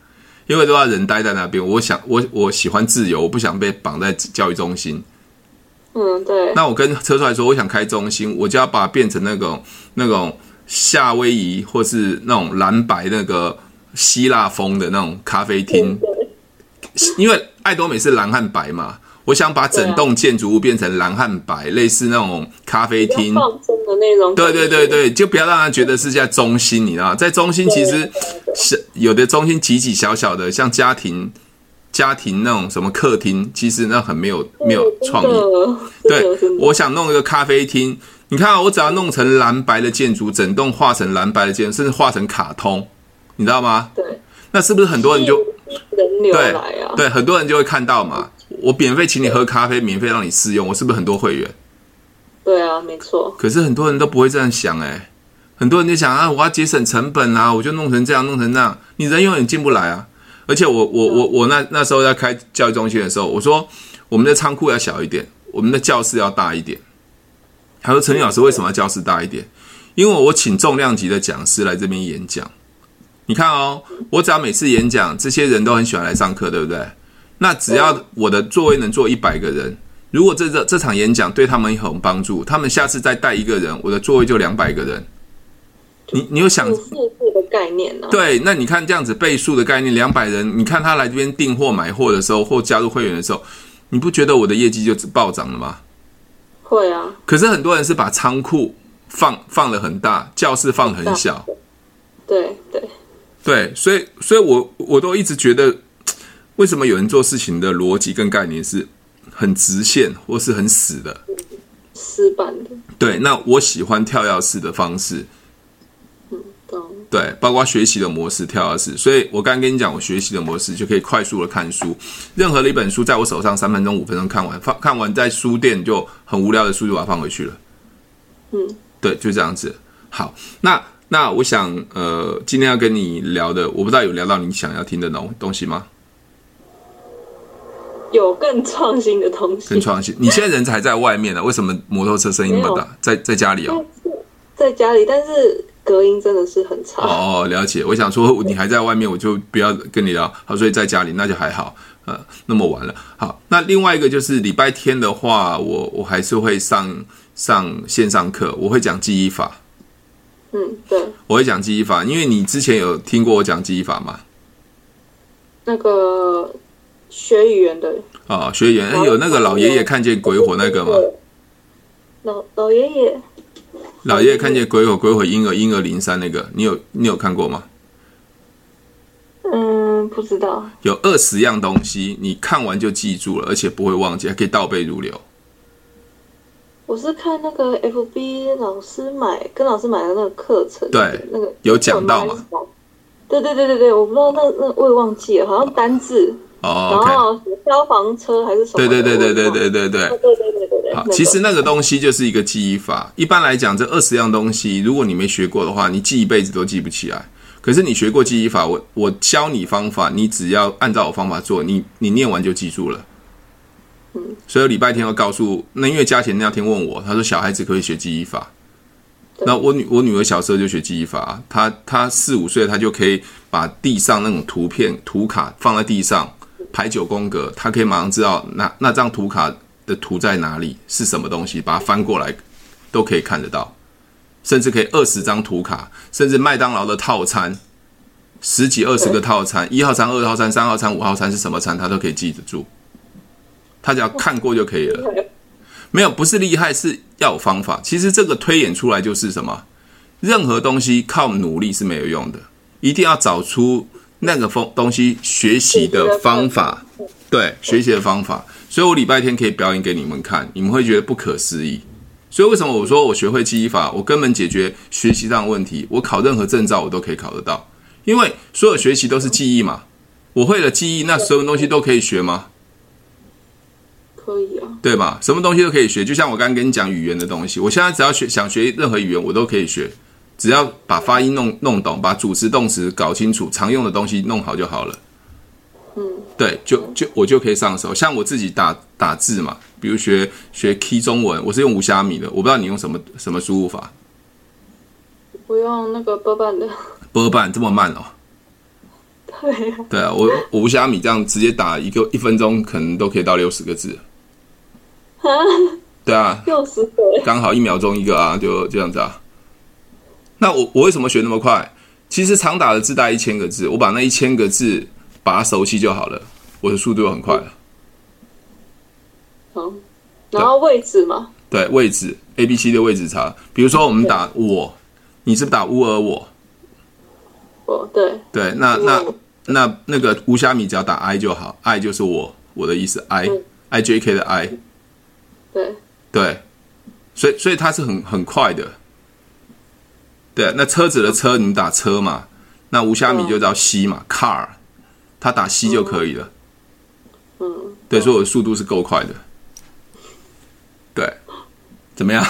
A: 因为都要人待在那边。我想，我我喜欢自由，我不想被绑在教育中心。
B: 嗯，对，
A: 那我跟车帅说，我想开中心，我就要把它变成那种那种夏威夷或是那种蓝白那个希腊风的那种咖啡厅
B: 嗯，对，
A: 因为爱多美是蓝和白嘛。我想把
B: 啊
A: 整栋建筑物变成蓝和白，类似那种咖啡
B: 比
A: 厅
B: 较，放松的那种，
A: 对对对，对，就不要让他觉得是在中心，你知道吗？在中心其实是有的中心挤挤小小的，像家庭家庭那种什么客厅，其实那很没有没有创意。
B: 意，真的
A: 对
B: 真，的
A: 我想弄一个咖啡厅，你看、啊、我只要弄成蓝白的建筑，整栋画成蓝白的建筑，甚至画成卡通，你知道吗？
B: 对，
A: 那是不是很多人就
B: 吸引人流
A: 对
B: 来啊，
A: 对很多人就会看到嘛？我免费请你喝咖啡，免费让你试用，我是不是很多会员？
B: 对啊，没错，
A: 可是很多人都不会这样想哎、很多人就想啊，我要节省成本啊，我就弄成这样，弄成那样，你人永远进不来啊。而且我我我我那那时候在开教育中心的时候，我说我们的仓库要小一点，我们的教室要大一点。他说陈宇老师为什么要教室大一点？因为我请重量级的讲师来这边演讲。你看哦，我只要每次演讲，这些人都很喜欢来上课，对不对？那只要我的座位能坐一百个人，如果这这这场演讲对他们很有帮助，他们下次再带一个人，我的座位就两百个人。你你有想
B: 有复制的概念呢、啊，
A: 对？那你看这样子倍数的概念，两百人，你看他来这边订货、买货的时候，或加入会员的时候，你不觉得我的业绩就暴涨了吗？
B: 会啊，
A: 可是很多人是把仓库放放了很大，教室放很小，
B: 对对，
A: 对，所以所以我我都一直觉得，嘖为什么有人做事情的逻辑跟概念是很直线或是很死的？
B: 死板的，
A: 对，那我喜欢跳跃式的方式，
B: 嗯懂，
A: 对，包括学习的模式、跳跃式。所以我刚刚跟你讲，我学习的模式就可以快速的看书，任何的一本书在我手上三分钟、五分钟看完，放看完在书店就很无聊的书就把它放回去了。
B: 嗯，
A: 对，就这样子。好，那那我想，呃，今天要跟你聊的，我不知道有聊到你想要听的东东西吗？
B: 有更创新的东西，
A: 跟创新，你现在人还在外面呢、为什么摩托车声音那么
B: 没有
A: 大？在在家里哦。
B: 在家里，但是隔音真的是很差。
A: 哦哦，了解。我想说，你还在外面，我就不要跟你聊。好，所以在家里那就还好。呃，那么晚了，好。那另外一个就是礼拜天的话，我我还是会上上线上课，我会讲记忆法，
B: 嗯，对，
A: 我会讲记忆法，因为你之前有听过我讲记忆法吗？
B: 那个学语言的哦
A: 啊、学员哎有那个老爷爷看见鬼火那个吗？
B: 对老老爷爷，
A: 老爷爷看见鬼火鬼火婴儿婴儿零三那个，你有你有看过吗？
B: 嗯，不知道。
A: 有二十样东西，你看完就记住了，而且不会忘记，还可以倒背如流。
B: 我是看那个 FB 老师买跟老师买的那个课程，
A: 对
B: 那个
A: 有讲到吗？
B: 对对对对对，我不知道那那我也忘记了，好像单字，
A: 哦，OK，
B: 然后消防车还是什么
A: 对
B: 的？
A: 对对对对
B: 我也忘了
A: 对对对。
B: 对对对对对。
A: 好
B: 那，个
A: 其实那个东西就是一个记忆法。一般来讲，这二十样东西，如果你没学过的话，你记一辈子都记不起来。可是你学过记忆法，我我教你方法，你只要按照我方法做，你你念完就记住了。嗯，所以礼拜天要告诉那，因为嘉贤那天问我，他说小孩子可以学记忆法。
B: 对
A: 那我女我女儿小时候就学记忆法啊，她她四五岁她就可以把地上那种图片图卡放在地上排九宫格，她可以马上知道那那张图卡的图在哪里是什么东西，把它翻过来都可以看得到，甚至可以二十张图卡，甚至麦当劳的套餐十几二十个套餐，一号餐、二号餐、三号餐、五号餐是什么餐，她都可以记得住，她只要看过就可以了。没有，不是厉害，是要有方法。其实这个推演出来就是什么？任何东西靠努力是没有用的，一定要找出那个方东西学习的方法，对，学习的方法。所以我礼拜天可以表演给你们看，你们会觉得不可思议。所以为什么我说我学会记忆法，我根本解决学习上的问题，我考任何证照我都可以考得到，因为所有学习都是记忆嘛。我会了记忆，那所有东西都可以学吗？
B: 可以啊，
A: 对吧？什么东西都可以学，就像我刚刚跟你讲语言的东西，我现在只要学想学任何语言，我都可以学，只要把发音弄弄懂，把主词动词搞清楚，常用的东西弄好就好了。
B: 嗯，
A: 对，就就我就可以上手。像我自己打打字嘛，比如学学 Key 中文，我是用无虾米的，我不知道你用什么什么输入法，
B: 不用那个波板的，
A: 波板这么慢哦。
B: 对啊，
A: 对啊，我我无虾米这样直接打一个一分钟，可能都可以到六十个字。
B: 啊，
A: 对啊，
B: 六十岁，
A: 刚好一秒钟一个啊，就这样子啊。那我我为什么学那么快？其实长打的字大概一千个字，我把那一千个字把它熟悉就好了，我的速度就很快了。
B: 好，然后位置嘛，
A: 对，位置 A、B、C 的位置差，比如说我们打我，你是不是打乌尔我？
B: 哦，对，
A: 对，那那
B: 我
A: 那那个无虾米只要打 I 就好，I 就是我，我的意思 I
B: 嗯
A: I J K 的 I，
B: 对，
A: 对，所以所以它是很很快的。对，那车子的车你们打车嘛，那无虾米就叫西嘛、c a r 它打西就可以了。
B: 嗯，
A: 对，所以我的速度是够快的。对，怎么样？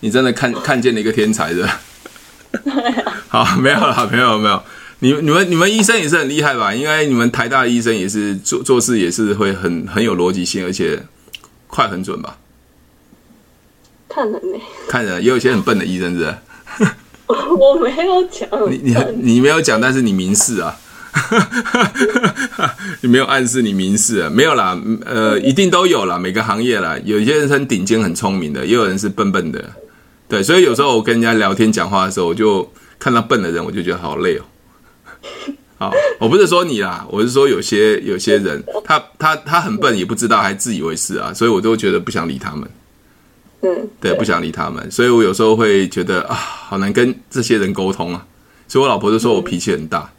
A: 你真的看看见了一个天才的？好，没有啦，没有没有。你你们你们医生也是很厉害吧？应该你们台大的医生也是做做事也是会很很有逻辑性，而且快很准吧？
B: 看人呢，
A: 看人也有一些很笨的医生是不是？
B: 我没有讲，
A: 你你你没有讲，但是你明示啊， 你没有暗示，你明示、啊、没有啦，嗯呃，一定都有啦，每个行业啦，有一些人很顶尖很聪明的，也有人是笨笨的，对，所以有时候我跟人家聊天讲话的时候，我就看到笨的人，我就觉得好累哦。好，我不是说你啦，我是说有些有些人，他他他很笨，也不知道，还自以为是啊，所以我都觉得不想理他们。
B: 嗯，
A: 对，不想理他们，所以我有时候会觉得啊，好难跟这些人沟通啊。所以我老婆就说我脾气很大，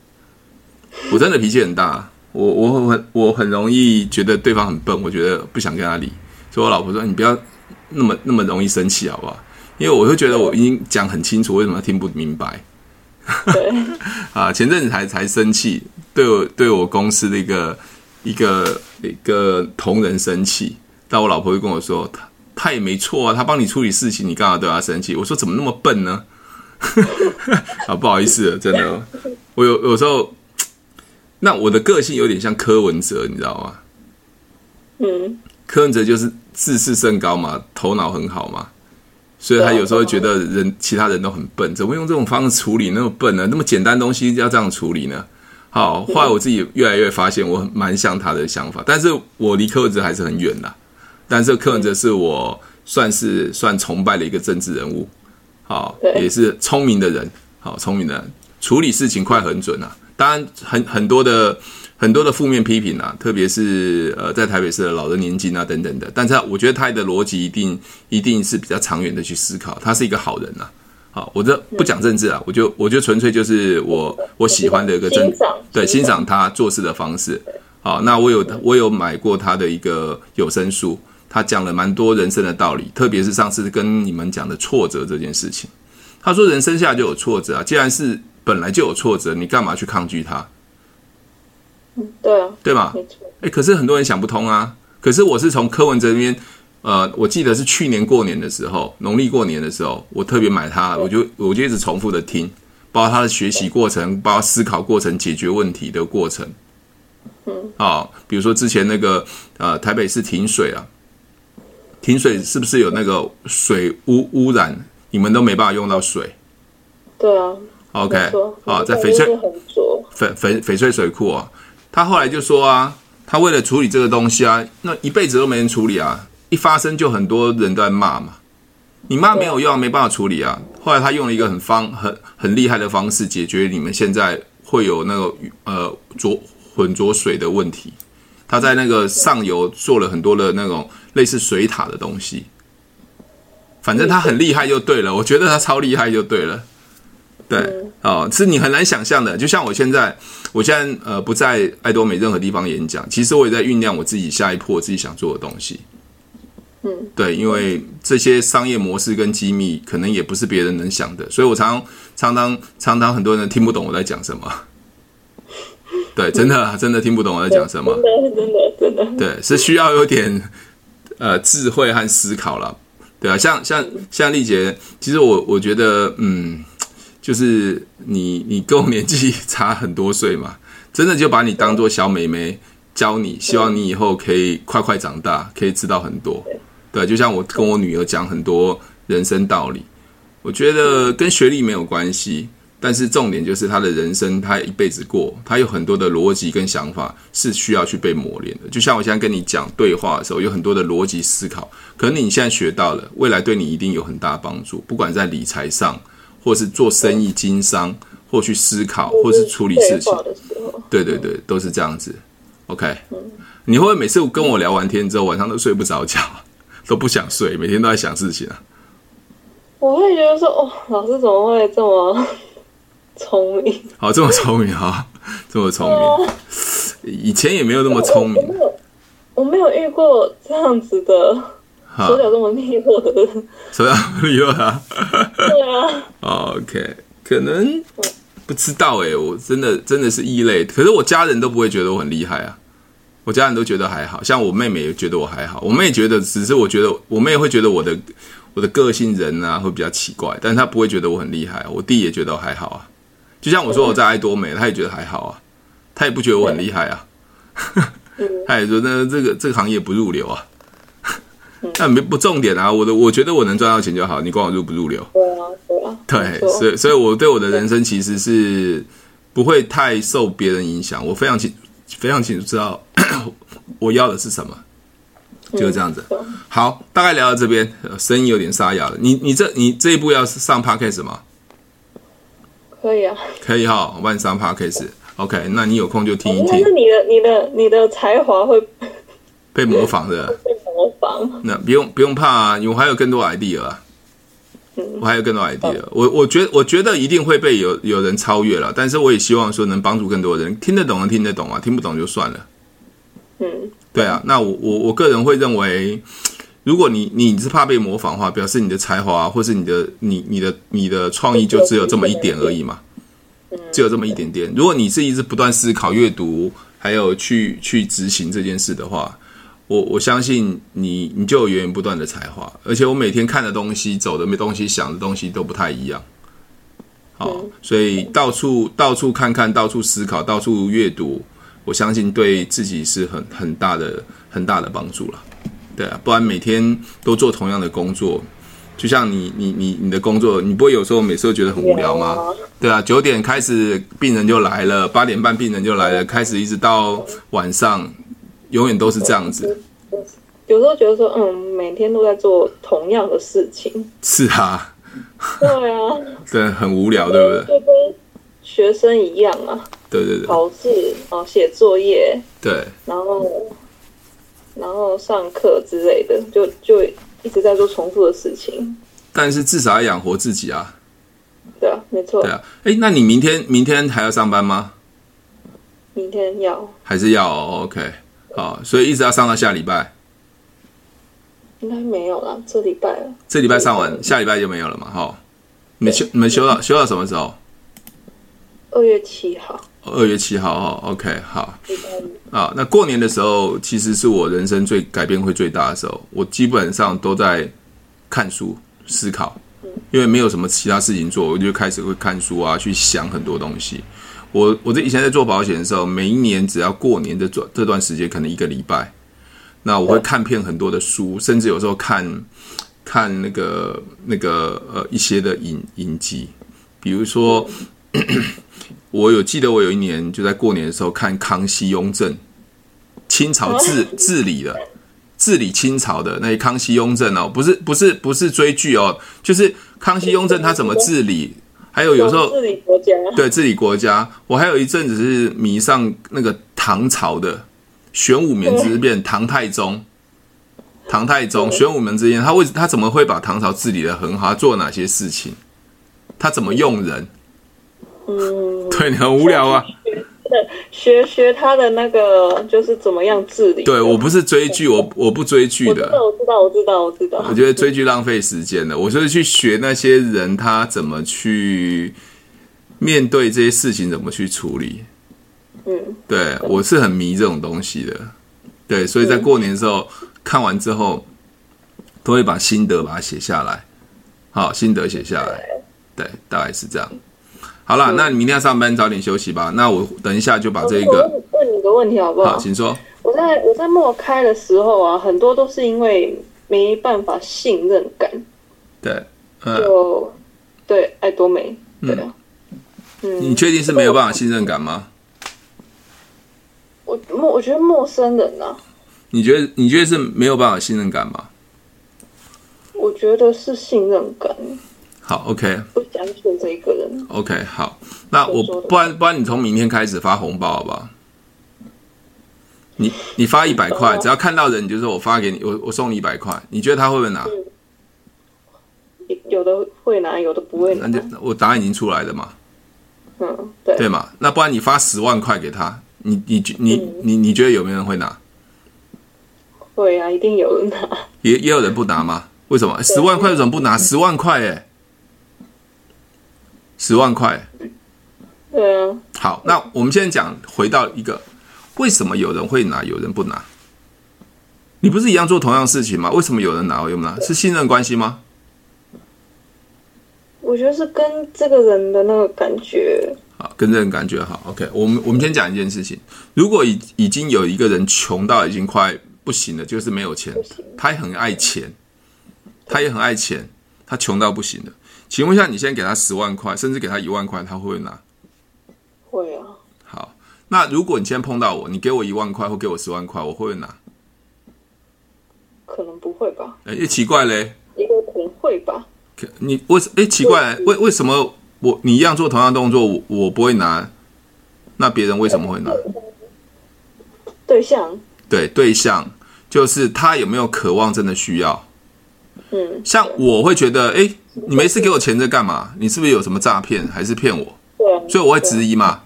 A: 我真的脾气很大，我我很我很容易觉得对方很笨，我觉得不想跟他理。所以我老婆说哎你不要那么那么容易生气好不好？因为我会觉得我已经讲很清楚，为什么他听不明白？
B: 对，
A: 啊，前阵子才才生气，对我对我公司的一个一个一个同仁生气，但我老婆就跟我说，他他也没错啊，他帮你处理事情，你干嘛对他生气？我说怎么那么笨呢？ 啊，不好意思了，真的，我有有时候，那我的个性有点像柯文哲，你知道吗？
B: 嗯，
A: 柯文哲就是自视甚高嘛，头脑很好嘛，所以他有时候觉得人其他人都很笨，怎么用这种方式处理那么笨呢？那么简单东西要这样处理呢？好，后来我自己越来越发现我很蛮像他的想法，但是我离柯文哲还是很远啦。但是柯文哲是我算是算崇拜的一个政治人物，好，
B: 对
A: 也是聪明的人，好聪明的人，处理事情快很准啊。当然很很多的很多的负面批评啊，特别是呃在台北市的老人年金啊等等的，但是他我觉得他的逻辑一定一定是比较长远的去思考，他是一个好人啊。好，我这不讲政治啊，我就我就纯粹就是我我喜欢的一个政
B: 欣赏
A: 对欣
B: 欣赏
A: 赏他做事的方式。好，那我有我有买过他的一个有声书，他讲了蛮多人生的道理，特别是上次跟你们讲的挫折这件事情。他说人生下来就有挫折啊，既然是本来就有挫折，你干嘛去抗拒它，
B: 对啊，
A: 对吧？
B: 没错，
A: 哎，可是很多人想不通啊。可是我是从柯文哲那边，呃，我记得是去年过年的时候，农历过年的时候，我特别买它，我就我就一直重复的听，包括他的学习过程，包括思考过程、解决问题的过程。嗯，啊，比如说之前那个呃，台北市停水啊，停水是不是有那个水污污染？你们都没办法用到水。
B: 对啊
A: OK，
B: 没错，
A: 啊，在翡
B: 翡
A: 翠
B: 翠很浊，
A: 翡翡翡翠水库啊，他后来就说啊，他为了处理这个东西啊，那一辈子都没人处理啊，一发生就很多人都在骂嘛，你骂没有用，没办法处理啊。后来他用了一个很方很很厉害的方式解决你们现在会有那个呃浊混浊水的问题。他在那个上游做了很多的那种类似水塔的东西，反正他很厉害就对了，我觉得他超厉害就对了。对，哦，是你很难想象的。就像我现在，我现在呃不在爱多美任何地方演讲，其实我也在酝酿我自己下一波我自己想做的东西。
B: 嗯，
A: 对，因为这些商业模式跟机密可能也不是别人能想的，所以我常常常常常常很多人听不懂我在讲什么。对，真的真的听不懂我在讲什么。
B: 真的真的真的，
A: 对，是需要有点呃智慧和思考了，对啊，像像像丽姐，其实我我觉得，嗯，就是你你跟我年纪 差很多岁嘛，真的就把你当做小妹妹教你，希望你以后可以快快长大，可以知道很多，对，就像我跟我女儿讲很多人生道理，我觉得跟学历没有关系。但是重点就是他的人生，他一辈子过，他有很多的逻辑跟想法是需要去被磨练的。就像我现在跟你讲对话的时候，有很多的逻辑思考，可能你现在学到了，未来对你一定有很大帮助，不管在理财上，或是做生意经商，或去思考，或是处理事
B: 对
A: 情
B: 话。的时候，
A: 对对对，都是这样子。OK，你会不会每次跟我聊完天之后，晚上都睡不着觉， 都不想睡，每天都在想事情啊？
B: 我会觉得说，哦，老师怎么会这么 聪明？
A: 好，这么聪明啊，这么聪明。
B: 哦，
A: 以前也没有那么聪明
B: 我没有，我没有遇过这样子的
A: 哈
B: 手，脚这么利落的人。
A: 所以 要利用啊。
B: 对啊，
A: OK，可能不知道哎、我真的真的是异类，可是我家人都不会觉得我很厉害啊，我家人都觉得还好，像我妹妹也觉得我还好，我妹觉得只是我觉得我妹会觉得我的我的个性人啊会比较奇怪，但她不会觉得我很厉害，我弟也觉得我还好啊，就像我说我在爱多美，他也觉得还好啊，他也不觉得我很厉害啊，
B: 嗯
A: 他也说那这个这个行业不入流啊。 那没不重点啊，我的我觉得我能赚到钱就好，你管我入不入流？
B: 对啊，对啊，
A: 对
B: 没，错
A: 所以所以我对我的人生其实是不会太受别人影响，我非常清非常清楚知道 我要的是什么，就是这样子。
B: 对
A: 好，大概聊到这边，呃声音有点沙哑了。你你这你这一步要上 podcast 吗？
B: 可以啊。
A: 可以哈，我帮你上 podcast。OK，那你有空就听一
B: 但
A: 听
B: 是，你的、你的、你的才华会被
A: 被模仿的，
B: 模仿，
A: 那不用不用怕啊，因为我还有更多 idea 啊。我还有更多 idea，我我觉我觉得一定会被有有人超越了，但是我也希望说能帮助更多人，听得懂的听得懂啊，听不懂就算了。
B: 嗯，
A: 对啊，那我我我个人会认为，如果你你是怕被模仿的话，表示你的才华啊或是你的你你的你的创意就只有这么一点而已嘛，只有这么一点点。如果你是一直不断思考、阅读，还有去去执行这件事的话，我我相信你你就有源源不断的才华，而且我每天看的东西、走的东西、想的东西都不太一样。好，哦所以到处到处看看，到处思考，到处阅读，我相信对自己是很很大的很大的帮助了。对啊，不然每天都做同样的工作，就像你你你你的工作，你不会有时候每次都觉得很无聊吗？对啊，九点开始病人就来了，八点半病人就来了，开始一直到晚上，永远都是这样子。
B: 有时候觉得说，嗯，每天都在做同样的事情，
A: 是啊，
B: 对啊，
A: 对，很无聊，对不对？
B: 就跟学生一样啊，
A: 对对对
B: 考试，然后写作业，
A: 对，
B: 然后然后上课之类的，就就一直在做重复的事情。
A: 但是至少要养活自己啊，
B: 对啊，没错
A: 对，啊。哎，那你明天明天还要上班吗？
B: 明天要
A: 还是要、哦、OK？好，所以一直要上到下礼拜，
B: 应该没有啦，这礼拜了。
A: 这礼拜上完，下礼拜就没有了嘛，哈、你们休你们休到休到什么时候？
B: 二月七号，
A: 二月七号哦，OK，好
B: 礼拜五。
A: 啊。那过年的时候，其实是我人生最改变会最大的时候。我基本上都在看书、思考，因为没有什么其他事情做，我就开始会看书啊，去想很多东西。我我在以前在做保险的时候，每一年只要过年的这这段时间，可能一个礼拜，那我会看遍很多的书，甚至有时候看看那个那个呃一些的影影集，比如说。 我有记得，我有一年就在过年的时候看康熙、雍正，清朝治治理的治理清朝的那些康熙、雍正哦，不是不是不是追剧哦，就是康熙、雍正他怎么治理，还有有时候
B: 自己国家，
A: 对治理国家，我还有一阵子是迷上那个唐朝的玄武门之变，唐太宗。唐太宗、玄武门之变，他为他怎么会把唐朝治理的很好？他做哪些事情？他怎么用人？
B: 嗯，
A: 对你很无聊啊。
B: 学学他的那个就是怎么样治理。
A: 对我不是追剧，我我不追剧
B: 我知
A: 的。
B: 道，我知道，我知道，我知道。
A: 我觉得追剧浪费时间的，我就是去学那些人他怎么去面对这些事情，怎么去处理。
B: 嗯，
A: 对我是很迷这种东西的，对，所以在过年的时候看完之后，都会把心得把它写下来，好，心得写下来，对，大概是这样。好啦，那你明天要上班，早点休息吧。那我等一下就把这
B: 哦我
A: 个，
B: 问问你个问题好不
A: 好，
B: 好？
A: 请说。
B: 我在我在默开的时候啊，很多都是因为没办法信任感，
A: 对，嗯，
B: 就对爱多美，对啊，嗯，
A: 你确定是没有办法信任感吗？
B: 我陌我觉得陌生人啊，
A: 你觉得你觉得是没有办法信任感吗？
B: 我觉得是信任感，
A: 好，OK，
B: 不相信这一个人。
A: OK，好，那我
B: 我说的
A: 不然不然你从明天开始发红包好不好？你你发一百块，
B: 哦
A: 只要看到人你就说我发给你，我我送你一百块，你觉得他会不会
B: 嗯
A: 拿？
B: 有的会拿，有的不会拿
A: 那。就我答案已经出来了嘛，
B: 嗯，对，
A: 对嘛？那不然你发十万块给他，你你你
B: 嗯
A: 你你觉得有没有人会拿？
B: 会啊，一定有人拿。
A: 也也有人不拿吗？为什么十万块为什么不拿？十万块哎、十万块、
B: 对啊，
A: 好，那我们现在讲回到一个，为什么有人会拿，有人不拿？你不是一样做同样事情吗？为什么有人拿，有人不拿？是信任关系吗？
B: 我觉得是跟这个人的那个感觉，
A: 好，跟这种感觉好。OK，我们我们先讲一件事情，如果已已经有一个人穷到已经快不行了，就是没有钱，他也很爱钱，他也很爱钱，他穷到不行了。请问一下，你现在给他十万块，甚至给他一万块，他会不会拿？
B: 会啊，
A: 好，那如果你今天碰到我，你给我一万块或给我十万块，我会不会拿？
B: 可能不会吧，
A: 哎，也奇怪嘞，
B: 一个可能会吧。
A: 可你为什？哎，奇怪，为为什么我你一样做同样动作，我我不会拿，那别人为什么会拿？
B: 对象，
A: 对，对象就是他有没有渴望，真的需要。
B: 嗯，
A: 像我会觉得，哎，你没事给我钱这干嘛？你是不是有什么诈骗，还是骗我？
B: 对啊，
A: 所以我会质疑嘛。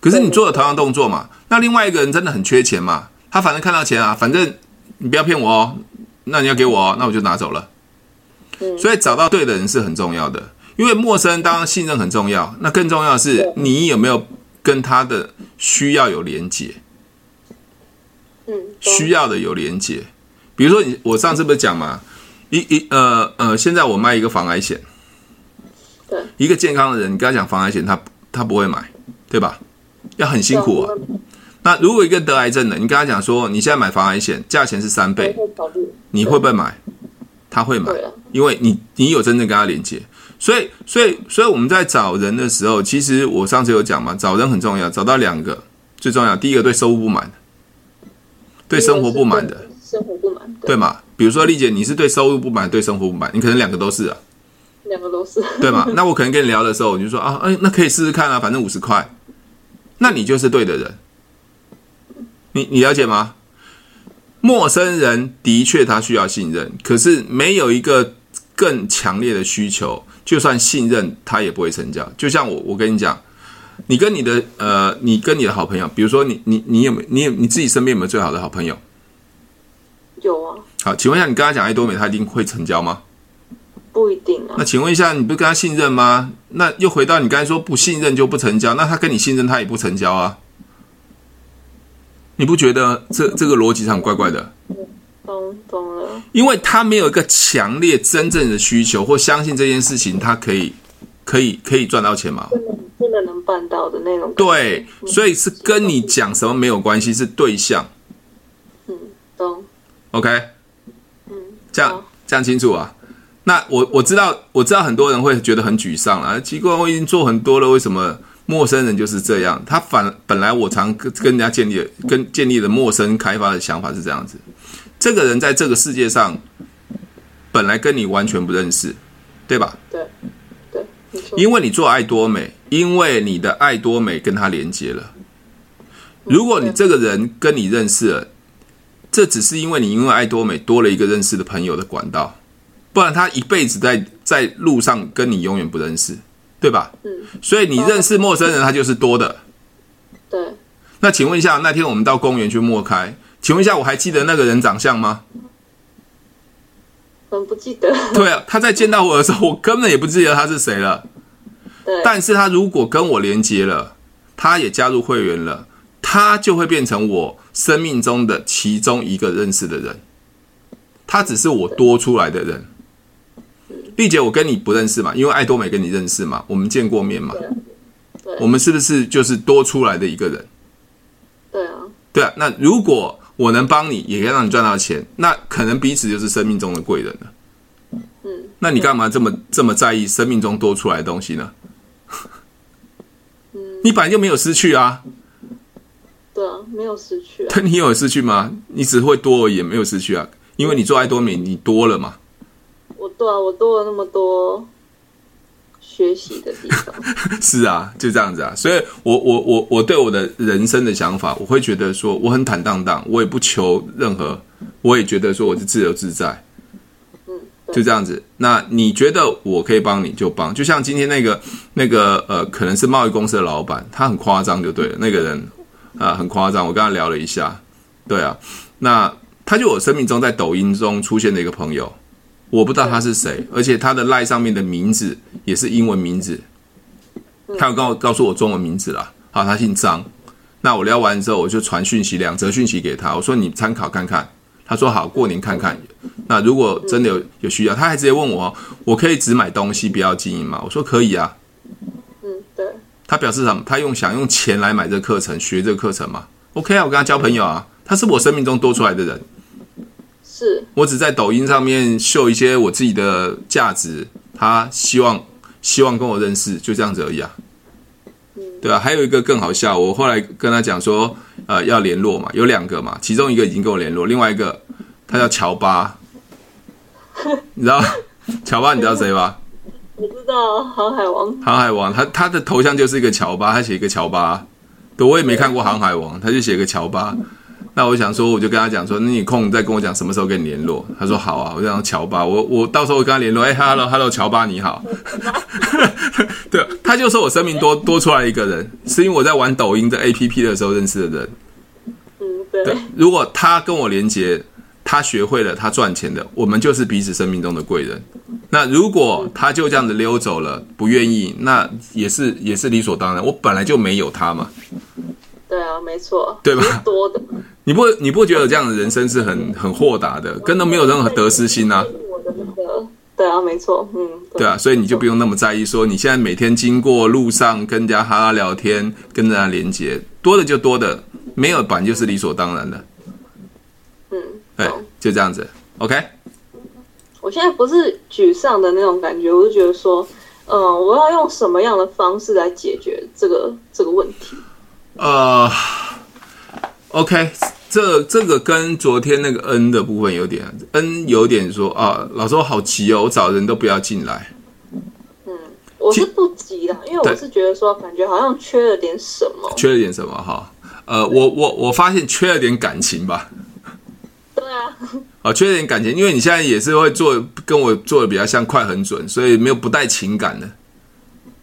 A: 可是你做了同样动作嘛，那另外一个人真的很缺钱嘛，他反正看到钱啊，反正你不要骗我哦，那你要给我哦，那我就拿走了。
B: 嗯
A: 所以找到对的人是很重要的，因为陌生人当然信任很重要，那更重要的是
B: 对
A: 你有没有跟他的需要有连接。
B: 嗯，
A: 需要的有连接。比如说你，我上次不是讲嘛，一一呃呃，现在我卖一个防癌险，
B: 对，啊
A: 一个健康的人，你跟他讲防癌险，他他不会买，对吧？要很辛苦啊。
B: 对
A: 那如果一个得癌症的，你跟他讲说，你现在买防癌险，价钱是三
B: 我
A: 倍，
B: 会考虑，
A: 你会不会买？他会买
B: 对啊，
A: 因为你你有真正跟他连接。所以，所以，所以我们在找人的时候，其实我上次有讲嘛，找人很重要，找到两个最重要，第一个对收入不满，对生活不满的，，
B: 生活不满，
A: 对，嘛？比如说丽姐，你是对收入不满，对生活不满，你可能两个都是啊，
B: 两个都是，
A: 对嘛？那我可能跟你聊的时候，我就说啊，哎，那可以试试看啊，反正五十块，那你就是对的人。你你了解吗？陌生人的确他需要信任，可是没有一个更强烈的需求，就算信任他也不会成交。就像我，我跟你讲，你跟你的呃，你跟你的好朋友，比如说你你你有没有你有你自己身边有没有最好的好朋友？
B: 有啊，
A: 好，请问一下，你跟他讲爱多美，他一定会成交吗？
B: 不一定啊
A: 那。请问一下，你不是跟他信任吗？那又回到你刚才说不信任就不成交，那他跟你信任，他也不成交啊？你不觉得这这个逻辑上怪怪的？
B: 懂懂了，
A: 因为他没有一个强烈真正的需求或相信这件事情，他可以可以可以赚到钱嘛？
B: 真的真的能办到的那种感觉。
A: 对，所以是跟你讲什么没有关系，是对象。
B: 嗯，懂，
A: OK，
B: 嗯，
A: 这样
B: 好
A: 这样清楚啊？那我我知道我知道很多人会觉得很沮丧啊，奇怪，我已经做很多了，为什么陌生人就是这样？他反本来我常跟跟人家建立的跟建立的陌生开发的想法是这样子，这个人在这个世界上本来跟你完全不认识，对吧？
B: 对对，你说
A: 因为你做爱多美，因为你的爱多美跟他连接了。如果你这个人跟你认识了，这只是因为你因为爱多美多了一个认识的朋友的管道，不然他一辈子在在路上跟你永远不认识，对吧？
B: 嗯，
A: 所以你认识陌生人，他就是多的。
B: 对，
A: 那请问一下，那天我们到公园去默开，请问一下，我还记得那个人长相吗？
B: 能不记得？
A: 对啊，他在见到我的时候，我根本也不记得他是谁了。
B: 对，
A: 但是他如果跟我连接了，他也加入会员了，他就会变成我生命中的其中一个认识的人。他只是我多出来的人。丽姐，我跟你不认识嘛，因为爱多美跟你认识嘛，我们见过面嘛，
B: 对
A: 我们是不是就是多出来的一个人？
B: 对啊，
A: 对啊，那如果我能帮你，也可以让你赚到钱，那可能彼此就是生命中的贵人了。
B: 嗯，
A: 那你干嘛这么这么在意生命中多出来的东西呢？你本来就没有失去啊，
B: 对啊，没有失去啊，
A: 但你有失去吗？你只会多而已，没有失去啊，因为你做爱多美，你多了嘛。
B: 我对啊，我多了那么多学习的地方。
A: 是啊，就这样子啊。所以我，我我我对我的人生的想法，我会觉得说，我很坦荡荡，我也不求任何，我也觉得说我是自由自在，
B: 嗯，
A: 就
B: 对，
A: 这样子。那你觉得我可以帮你就帮，就像今天那个那个呃，可能是贸易公司的老板，他很夸张就对了，那个人啊、呃很夸张，我跟他聊了一下，对啊，那他就我生命中在抖音中出现的一个朋友，我不知道他是谁，而且他的赖上面的名字也是英文名字，他有告告诉我中文名字啦，好，他姓张。那我聊完之后，我就传讯息两则讯息给他，我说你参考看看。他说好，过年看看。那如果真的有有需要，他还直接问我，我可以只买东西不要经营吗？我说可以啊。
B: 嗯，对，
A: 他表示什么？他用想用钱来买这个课程，学这个课程嘛？OK 啊，我跟他交朋友啊，他是我生命中多出来的人。
B: 是，
A: 我只在抖音上面秀一些我自己的价值，他希望希望跟我认识，就这样子而已啊。对啊，还有一个更好笑，我后来跟他讲说，呃，要联络嘛，有两个嘛，其中一个已经跟我联络，另外一个他叫乔巴，你知道乔巴你知道谁吧？
B: 我知道航海王，
A: 航海王，他他的头像就是一个乔巴，他写一个乔巴，对我也没看过航海王，他就写一个乔巴。那我想说，我就跟他讲说，那你有空再跟我讲什么时候跟你联络。他说好啊，我就讲乔巴，我我到时候我跟他联络。哎，hello hello，乔巴你好。 对，他就说我生命多多出来一个人，是因为我在玩抖音的 APP 的时候认识的人。
B: 嗯，对，
A: 对， 如果他跟我连接，他学会了，他赚钱的，我们就是彼此生命中的贵人。那如果他就这样子溜走了，不愿意，那也是也是理所当然。我本来就没有他嘛，
B: 对啊，没错，
A: 对吧
B: 是多的，
A: 你不你不觉得这样的人生是很很豁达的，根本没有任何得失心啊？
B: 我的那个，对啊，没错，嗯，
A: 对啊，所以你就不用那么在意说你现在每天经过路上跟人家哈拉聊天，跟人家连接，多的就多的，没有本来就是理所当然的。
B: 嗯，
A: 对
B: 懂，
A: 就这样子。OK，
B: 我现在不是沮丧的那种感觉，我就觉得说，嗯、我要用什么样的方式来解决这个这个问题？
A: 呃，OK，这这个跟昨天那个 N 的部分有点，N 有点说啊，老师我好急哦，我找人都不要进来。
B: 我我是不急啦，因为我是觉得说，感觉好像缺了点什么。
A: 缺了点什么哈？呃，我我我发现缺了点感情吧。
B: 对啊，
A: 啊，缺了点感情，因为你现在也是会做，跟我做的比较像快很准，所以没有不带情感的。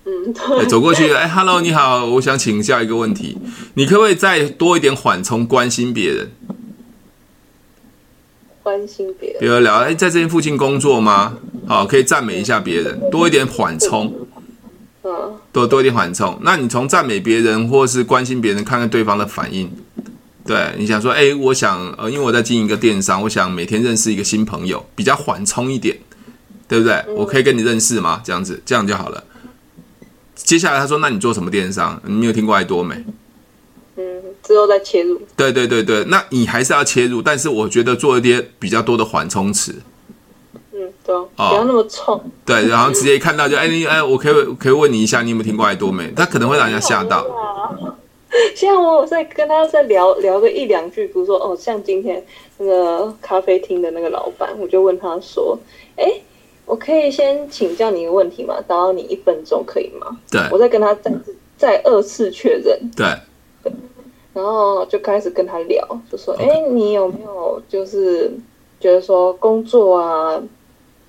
B: 嗯，对，
A: 走过去，哎，Hello，你好，我想请教一个问题，你可不可以再多一点缓冲，关心别人？
B: 关心别
A: 比
B: 人。
A: 如聊，哎，在这边附近工作吗？好，可以赞美一下别人，多一点缓冲，
B: 嗯，
A: 多多一点缓冲。那你从赞美别人或是关心别人，看看对方的反应。对，你想说，哎，我想，呃，因为我在经营一个电商，我想每天认识一个新朋友，比较缓冲一点，对不对？我可以跟你认识吗？这样子，这样就好了。接下来他说，那你做什么电商？你有听过爱多美？
B: 嗯，之后再切入。
A: 对对对对，那你还是要切入，但是我觉得做一些比较多的缓冲词。
B: 嗯，对啊，不要那么冲。
A: 对，然后直接看到就哎你哎，我可以可以问你一下，你有没有听过爱多美？他可能会让人家吓到。
B: 现在我有在跟他在聊聊个一两句，比如说哦，像今天那个咖啡厅的那个老板，我就问他说：“哎，我可以先请教你一个问题吗？打扰你一分钟可以 吗
A: 对？”
B: 我再跟他再再二次确认，
A: 对
B: 然后就开始跟他聊，就说：“哎你有没有就是觉得说工作啊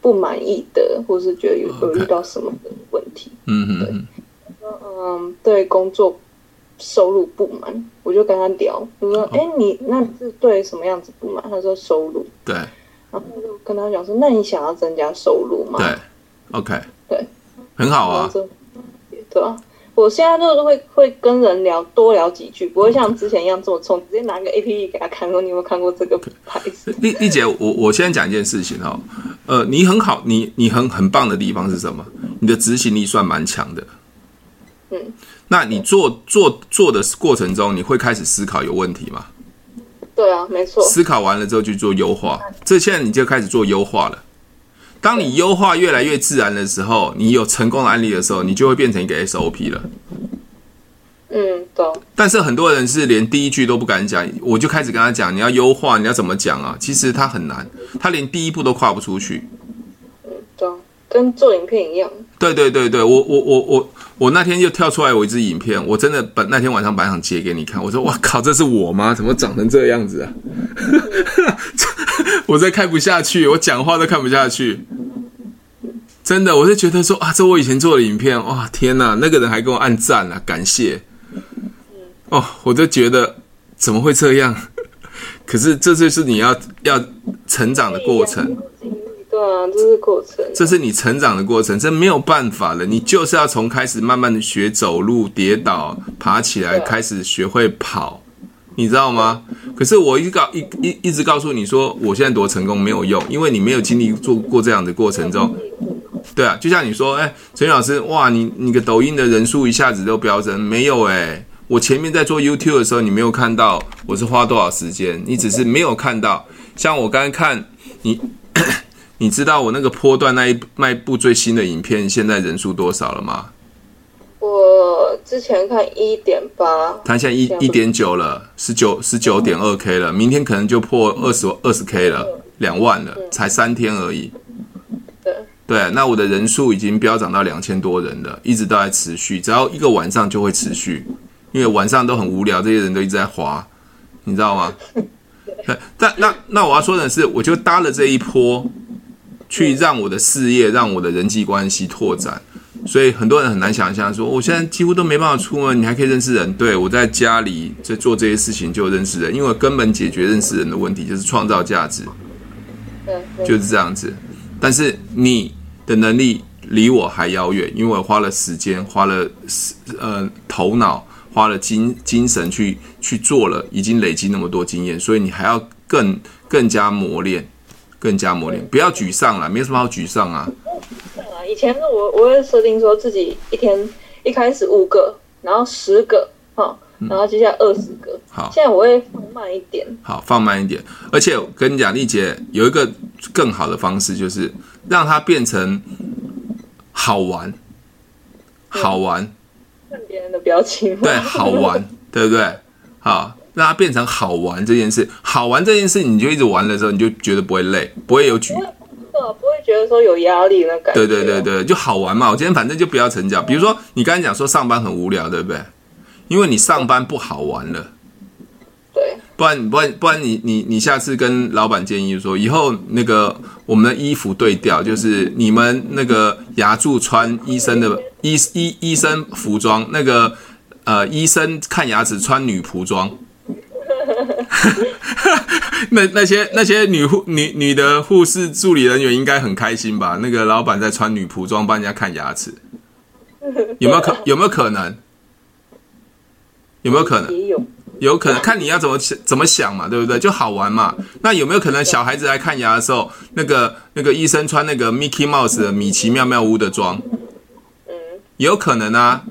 B: 不满意的，或是觉得有有遇到什么的问题？”
A: 嗯嗯嗯，
B: 嗯，对工作收入不满，我就跟他聊，我
A: 哦
B: 说：“哎、你那你是对什么样子不满？”他说：“收入。
A: 对”
B: 然后我就跟他讲说：“那你想要增加收入吗？”
A: 对，OK，
B: 对，
A: 很好
B: 然后
A: 啊。
B: 就，对啊，我现在就是会会跟人聊多聊几句，不会像之前一样这么冲，直接拿个 A P P 给他看，说：“你有没有看过这个牌子
A: 丽丽姐，我我现在讲一件事情哦，呃，你很好，你你很很棒的地方是什么？你的执行力算蛮强的。
B: 嗯，
A: 那你做做做的过程中，你会开始思考有问题吗？？”
B: 对啊，没错，
A: 思考完了之后去做优化，这现在你就开始做优化了。当你优化越来越自然的时候，你有成功的案例的时候，你就会变成一个 SOP 了。
B: 嗯，懂，
A: 但是很多人是连第一句都不敢讲，我就开始跟他讲，你要优化，你要怎么讲啊？其实他很难，他连第一步都跨不出去。
B: 懂，跟做影片一样，
A: 对对对对，我我我我我那天就跳出来我一支影片，我真的本那天晚上本来想截给你看，我说哇靠，这是我吗？怎么长成这样子啊？ 我再看不下去，我讲话都看不下去。真的，我是觉得说啊，这我以前做的影片，哇天哪，那个人还给我按赞啊，感谢。哦，我就觉得怎么会这样？ 可是这就是你要要成长的过程。
B: 对啊，这是过程，
A: 这是你成长的过程，这没有办法了，你就是要从开始慢慢的学走路、跌倒、爬起来，
B: 对
A: 开始学会跑，你知道吗？可是我一直告一一一直告诉你说，我现在多成功没有用，因为你没有经历做过这样的过程中，对啊，就像你说，哎，陈宇老师，哇，你你个抖音的人数一下子都飙升，没有哎、我前面在做 YouTube 的时候，你没有看到我是花多少时间，你只是没有看到。像我刚刚看你，你知道我那个波段那一那一部最新的影片现在人数多少了吗？
B: 我之前看一点八，
A: 它现在一一点九了，十九十九点二 K 了，明天可能就破二十二十 K 了，两万了，才三天而已。
B: 对。
A: 对，那我的人数已经飙涨到两千多人了，一直都在持续，只要一个晚上就会持续，因为晚上都很无聊，这些人都一直在滑，你知道吗？对但那那我要说的是，我就搭了这一波，去让我的事业，让我的人际关系拓展。所以很多人很难想象说，我现在几乎都没办法出门，你还可以认识人。对我在家里在做这些事情就认识人，因为我根本解决认识人的问题就是创造价值。
B: 对，对
A: 就是这样子。但是你的能力离我还遥远，因为我花了时间，花了时呃头脑，花了精精神去去做了，已经累积那么多经验，所以你还要更更加磨练，更加磨练。不要沮丧啦，没有什么好沮丧啊。
B: 啊，以前是我我会设定说自己一天一开始五个，然后十个，哈、然后接下来二十个。
A: 嗯好
B: 现在我会放慢一点，
A: 好，放慢一点。而且我跟你讲，丽姐有一个更好的方式，就是让它变成好玩，好玩。
B: 看别人的表情。
A: 对，好玩，对不对？好，让它变成好玩这件事，好玩这件事，你就一直玩的时候，你就觉得不会累，不会有沮，
B: 对啊，不会觉得说有压力那感
A: 对
B: 觉。
A: 对对对，就好玩嘛。我今天反正就不要成交。比如说你刚才讲说上班很无聊，对不对？因为你上班不好玩了。
B: 对，
A: 不然不然不然你你你下次跟老板建议说，以后那个我们的衣服对调，就是你们那个牙柱穿医生的医医医生服装，那个呃医生看牙齿穿女仆装。 那那些那些女护女女的护士助理人员应该很开心吧？那个老板在穿女仆装帮人家看牙齿，有没有可有没有可能？有没有可能？
B: 也有，
A: 有可能看你要怎么怎么想嘛，对不对？就好玩嘛。那有没有可能小孩子来看牙的时候，那个那个医生穿那个 Mickey Mouse 的米奇妙妙屋的装？也有可能啊。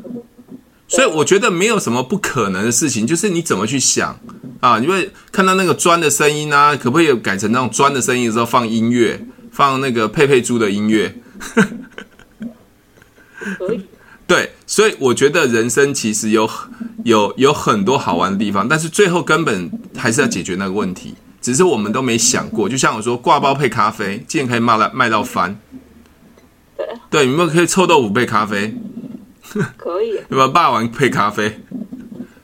A: 所以我觉得没有什么不可能的事情，就是你怎么去想啊？因为看到那个砖的声音啊，可不可以改成那种砖的声音的时候放音乐，放那个佩佩猪的音乐？
B: 可以。
A: 对，所以我觉得人生其实有有有很多好玩的地方，但是最后根本还是要解决那个问题，只是我们都没想过。就像我说，挂包配咖啡，竟然可以卖到卖到翻。
B: 对，
A: 对，你们可以臭豆腐配咖啡，
B: 可以，
A: 对吧？霸王配咖啡，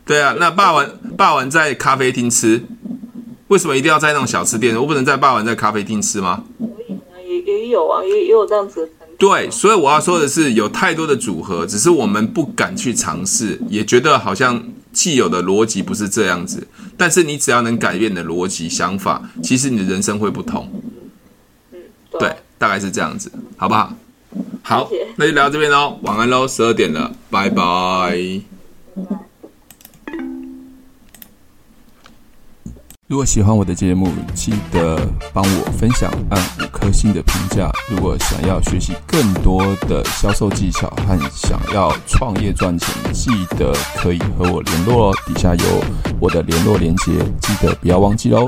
A: 对啊，那霸王霸王在咖啡厅吃，为什么一定要在那种小吃店？我不能在霸王在咖啡厅吃吗？
B: 可以啊，也也有啊，也也有这样子的啊产品。
A: 对，所以我要说的是，有太多的组合，只是我们不敢去尝试，也觉得好像既有的逻辑不是这样子。但是你只要能改变你的逻辑想法，其实你的人生会不同。
B: 嗯，
A: 对，大概是这样子，好不好？好
B: 谢谢，
A: 那就聊到这边喽，晚安喽，十二点了，拜拜。
C: 如果喜欢我的节目，记得帮我分享，按五颗星的评价。如果想要学习更多的销售技巧和想要创业赚钱，记得可以和我联络哦。底下有我的联络连接，记得不要忘记哦。